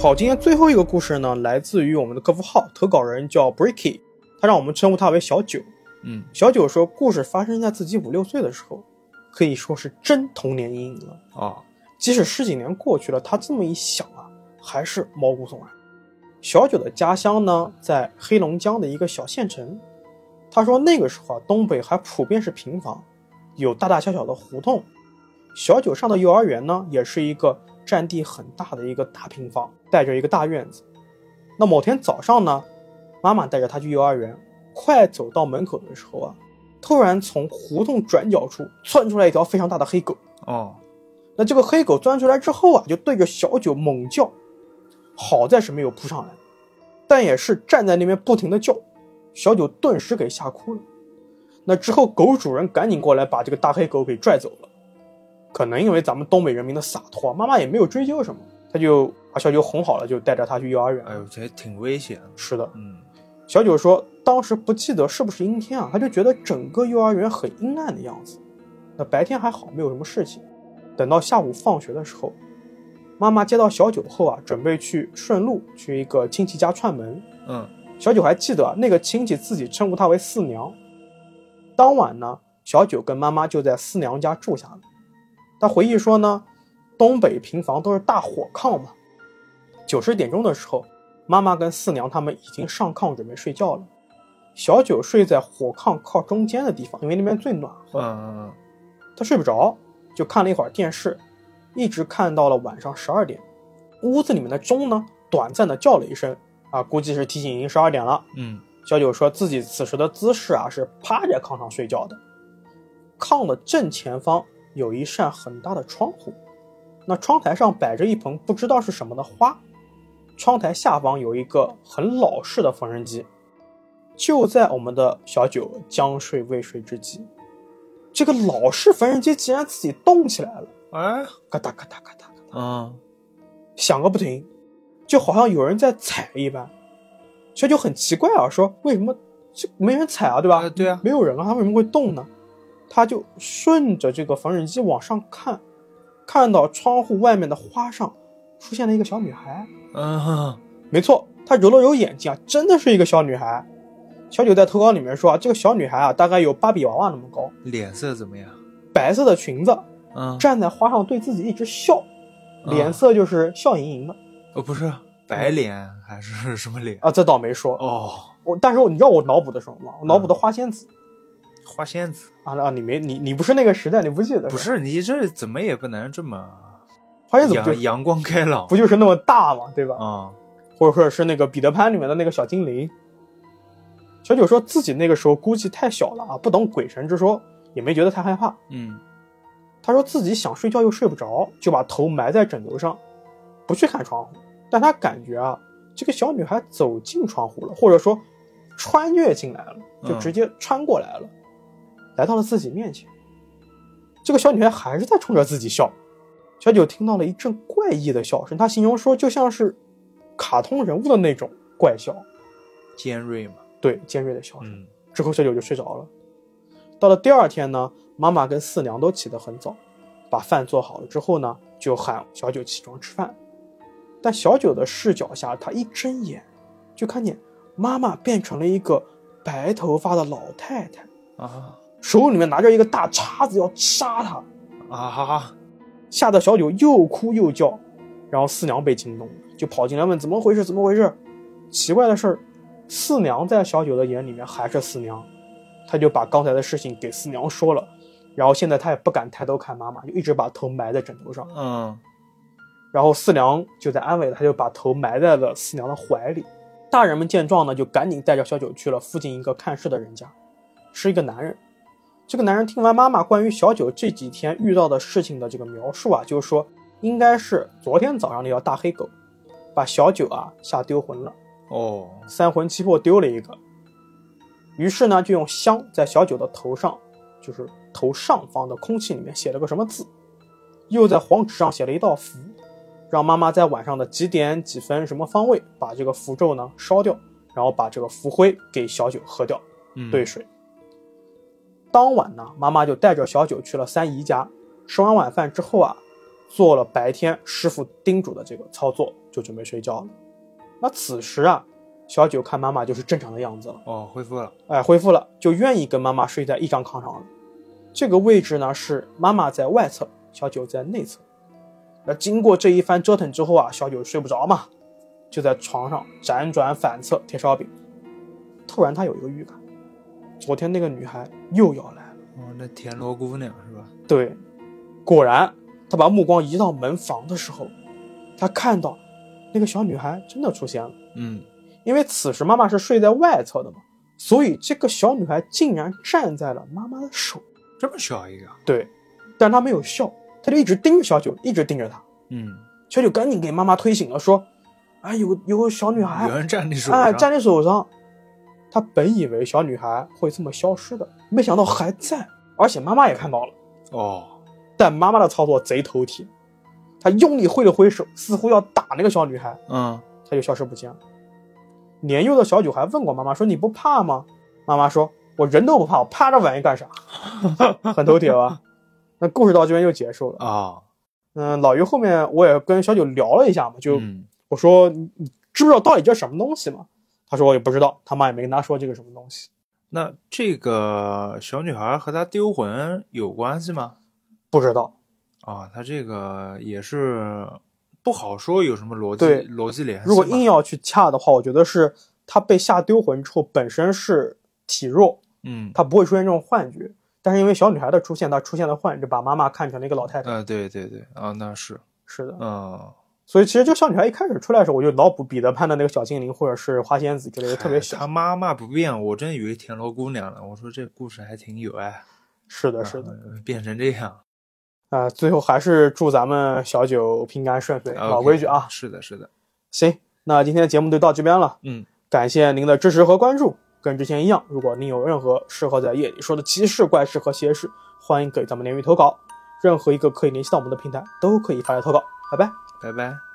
[SPEAKER 1] 好，今天最后一个故事呢，来自于我们的客服号，投稿人叫 Bricky，他让我们称呼他为小九。
[SPEAKER 2] 嗯，
[SPEAKER 1] 小九说，故事发生在自己五六岁的时候，可以说是真童年阴影了。
[SPEAKER 2] 哦，
[SPEAKER 1] 即使十几年过去了，他这么一想啊，还是毛骨悚然。小九的家乡呢，在黑龙江的一个小县城。他说那个时候啊，东北还普遍是平房，有大大小小的胡同。小九上的幼儿园呢，也是一个占地很大的一个大平房，带着一个大院子。那某天早上呢，妈妈带着他去幼儿园，快走到门口的时候啊，突然从胡同转角处窜出来一条非常大的黑狗。
[SPEAKER 2] 哦，
[SPEAKER 1] 那这个黑狗钻出来之后啊，就对着小九猛叫，好在是没有扑上来，但也是站在那边不停的叫，小九顿时给吓哭了。那之后，狗主人赶紧过来把这个大黑狗给拽走了。可能因为咱们东北人民的洒脱，妈妈也没有追究什么，他就把小九哄好了，就带着他去幼儿园。
[SPEAKER 2] 哎呦，这还挺危险的。
[SPEAKER 1] 是的，
[SPEAKER 2] 嗯，
[SPEAKER 1] 小九说，当时不记得是不是阴天啊，他就觉得整个幼儿园很阴暗的样子。那白天还好，没有什么事情。等到下午放学的时候，妈妈接到小九后啊，准备去顺路去一个亲戚家串门。
[SPEAKER 2] 嗯，
[SPEAKER 1] 小九还记得啊那个亲戚自己称呼她为四娘。当晚呢，小九跟妈妈就在四娘家住下了。他回忆说呢，东北平房都是大火炕嘛。九十点钟的时候，妈妈跟四娘他们已经上炕准备睡觉了。小九睡在火炕靠中间的地方，因为那边最暖
[SPEAKER 2] 嗯嗯
[SPEAKER 1] 他睡不着，就看了一会儿电视，一直看到了晚上十二点。屋子里面的钟呢，短暂的叫了一声，啊，估计是提醒已经十二点了。
[SPEAKER 2] 嗯，
[SPEAKER 1] 小九说自己此时的姿势啊是趴在炕上睡觉的，炕的正前方有一扇很大的窗户，那窗台上摆着一盆不知道是什么的花，窗台下方有一个很老式的缝纫机。就在我们的小九将睡未睡之际，这个老式缝纫机竟然自己动起来了，
[SPEAKER 2] 哎，
[SPEAKER 1] 嘎哒嘎哒嘎哒，
[SPEAKER 2] 嗯，
[SPEAKER 1] 响个不停，就好像有人在踩一般。小九很奇怪啊，说为什么这没人踩啊，对吧？
[SPEAKER 2] 啊对啊
[SPEAKER 1] 没有人啊，它为什么会动呢？他就顺着这个缝纫机往上看，看到窗户外面的花上出现了一个小女孩。
[SPEAKER 2] 嗯，
[SPEAKER 1] 没错，他揉了揉眼睛啊，真的是一个小女孩。小九在投稿里面说啊，这个小女孩啊，大概有芭比娃娃那么高，
[SPEAKER 2] 脸色怎么样？
[SPEAKER 1] 白色的裙子，
[SPEAKER 2] 嗯，
[SPEAKER 1] 站在花上对自己一直笑，
[SPEAKER 2] 嗯
[SPEAKER 1] 脸色就是笑盈盈的
[SPEAKER 2] 哦，不是白脸还是什么脸？
[SPEAKER 1] 啊。这倒没说，
[SPEAKER 2] 哦，
[SPEAKER 1] 我但是我你知道我脑补的什么吗？我
[SPEAKER 2] 嗯
[SPEAKER 1] 脑补的花仙子
[SPEAKER 2] 花仙子
[SPEAKER 1] 啊啊！你没你你不是那个时代，你不记得吧
[SPEAKER 2] 不是你这怎么也不能这哎么
[SPEAKER 1] 花仙子不就
[SPEAKER 2] 阳阳光开朗
[SPEAKER 1] 不就是那么大嘛，对吧？
[SPEAKER 2] 啊？
[SPEAKER 1] 或者说是那个彼得潘里面的那个小精灵。小九说自己那个时候估计太小了啊，不懂鬼神之说，也没觉得太害怕。
[SPEAKER 2] 嗯
[SPEAKER 1] 他说自己想睡觉又睡不着，就把头埋在枕头上，不去看窗户。但他感觉啊，这个小女孩走进窗户了，或者说穿越进来了，就
[SPEAKER 2] 嗯
[SPEAKER 1] 直接穿过来了，来到了自己面前。这个小女孩还是在冲着自己笑。小九听到了一阵怪异的笑声，他形容说就像是卡通人物的那种怪笑，
[SPEAKER 2] 尖锐嘛，
[SPEAKER 1] 对，尖锐的笑声。
[SPEAKER 2] 嗯
[SPEAKER 1] 之后小九就睡着了。到了第二天呢，妈妈跟四娘都起得很早，把饭做好了之后呢，就喊小九起床吃饭。但小九的视角下，他一睁眼就看见妈妈变成了一个白头发的老太太，
[SPEAKER 2] 啊
[SPEAKER 1] 手里面拿着一个大叉子要杀他，
[SPEAKER 2] 啊哈哈，
[SPEAKER 1] 吓得小九又哭又叫。然后四娘被惊动了，就跑进来问怎么回事，怎么回事？奇怪的事儿，四娘在小九的眼里面还是四娘，他就把刚才的事情给四娘说了，然后现在他也不敢抬头看妈妈，就一直把头埋在枕头上。
[SPEAKER 2] 嗯
[SPEAKER 1] 然后四娘就在安慰他，就把头埋在了四娘的怀里。大人们见状呢，就赶紧带着小九去了附近一个看事的人家，是一个男人。这个男人听完妈妈关于小九这几天遇到的事情的这个描述啊，就是说应该是昨天早上那条大黑狗把小九啊吓丢魂了，
[SPEAKER 2] 哦，
[SPEAKER 1] 三魂七魄丢了一个。于是呢，就用香在小九的头上，就是头上方的空气里面写了个什么字，又在黄纸上写了一道符，让妈妈在晚上的几点几分什么方位把这个符咒呢烧掉，然后把这个符灰给小九喝掉，
[SPEAKER 2] 嗯
[SPEAKER 1] 兑水。当晚呢，妈妈就带着小九去了三姨家，吃完晚饭之后啊，做了白天师傅叮嘱的这个操作，就准备睡觉了。那此时啊，小九看妈妈就是正常的样子了。
[SPEAKER 2] 哦，恢复了，
[SPEAKER 1] 哎，恢复了，就愿意跟妈妈睡在一张炕上了。这个位置呢是妈妈在外侧，小九在内侧。那经过这一番折腾之后啊，小九睡不着嘛，就在床上辗转反侧贴烧饼。突然他有一个预感，昨天那个女孩又要来了。
[SPEAKER 2] 哦，那田螺姑娘是吧？
[SPEAKER 1] 对，果然，他把目光移到门房的时候，他看到那个小女孩真的出现了。
[SPEAKER 2] 嗯，
[SPEAKER 1] 因为此时妈妈是睡在外侧的嘛，所以这个小女孩竟然站在了妈妈的手。
[SPEAKER 2] 这么小一个。啊
[SPEAKER 1] 对，但她没有笑，她就一直盯着小九，一直盯着她。
[SPEAKER 2] 嗯，
[SPEAKER 1] 小九赶紧给妈妈推醒了，说：“啊、有有个小女孩
[SPEAKER 2] 有，人站你手上。
[SPEAKER 1] 哎，站在手上。”他本以为小女孩会这么消失的，没想到还在，而且妈妈也看到了。
[SPEAKER 2] 哦，
[SPEAKER 1] 但妈妈的操作贼头铁，她用力挥了挥手，似乎要打那个小女孩，
[SPEAKER 2] 嗯，
[SPEAKER 1] 她就消失不见了。年幼的小九还问过妈妈说：“你不怕吗？”妈妈说：“我人都不怕，我怕这玩意干啥？” 很头铁吧？那故事到这边就结束了。
[SPEAKER 2] 哦，
[SPEAKER 1] 嗯，老于后面我也跟小九聊了一下嘛，就
[SPEAKER 2] 嗯
[SPEAKER 1] 我说：“你你知不知道到底这什么东西嘛？”他说：“我也不知道，他妈也没跟他说这个什么东西，
[SPEAKER 2] 那这个小女孩和她丢魂有关系吗？
[SPEAKER 1] 不知道。
[SPEAKER 2] 啊，她这个也是不好说有什么逻辑
[SPEAKER 1] 对
[SPEAKER 2] 逻辑联系吧。
[SPEAKER 1] 如果硬要去掐的话，我觉得是他被吓丢魂之后本身是体弱，
[SPEAKER 2] 嗯
[SPEAKER 1] 他不会出现这种幻觉。但是因为小女孩的出现，她出现了幻觉，把妈妈看成了一个老太太。
[SPEAKER 2] 呃对对对啊那是
[SPEAKER 1] 是的，
[SPEAKER 2] 嗯
[SPEAKER 1] 所以其实这个小女孩一开始出来的时候，我就脑补彼得潘的那个小精灵或者是花仙子之类的，特别
[SPEAKER 2] 哎她
[SPEAKER 1] 小。
[SPEAKER 2] 妈妈不变，我真以为田螺姑娘了。我说这故事还挺有爱，
[SPEAKER 1] 是的，是的，
[SPEAKER 2] 呃变成这样。
[SPEAKER 1] 啊、最后还是祝咱们小九平安顺遂，老
[SPEAKER 2] OK，
[SPEAKER 1] 规矩啊。
[SPEAKER 2] 是的，是的，
[SPEAKER 1] 行，那今天的节目就到这边了，
[SPEAKER 2] 嗯，
[SPEAKER 1] 感谢您的支持和关注。跟之前一样，如果您有任何适合在夜里说的奇事、怪事和邪事，欢迎给咱们联系投稿，任何一个可以联系到我们的平台都可以发来投稿。拜拜。
[SPEAKER 2] 拜拜。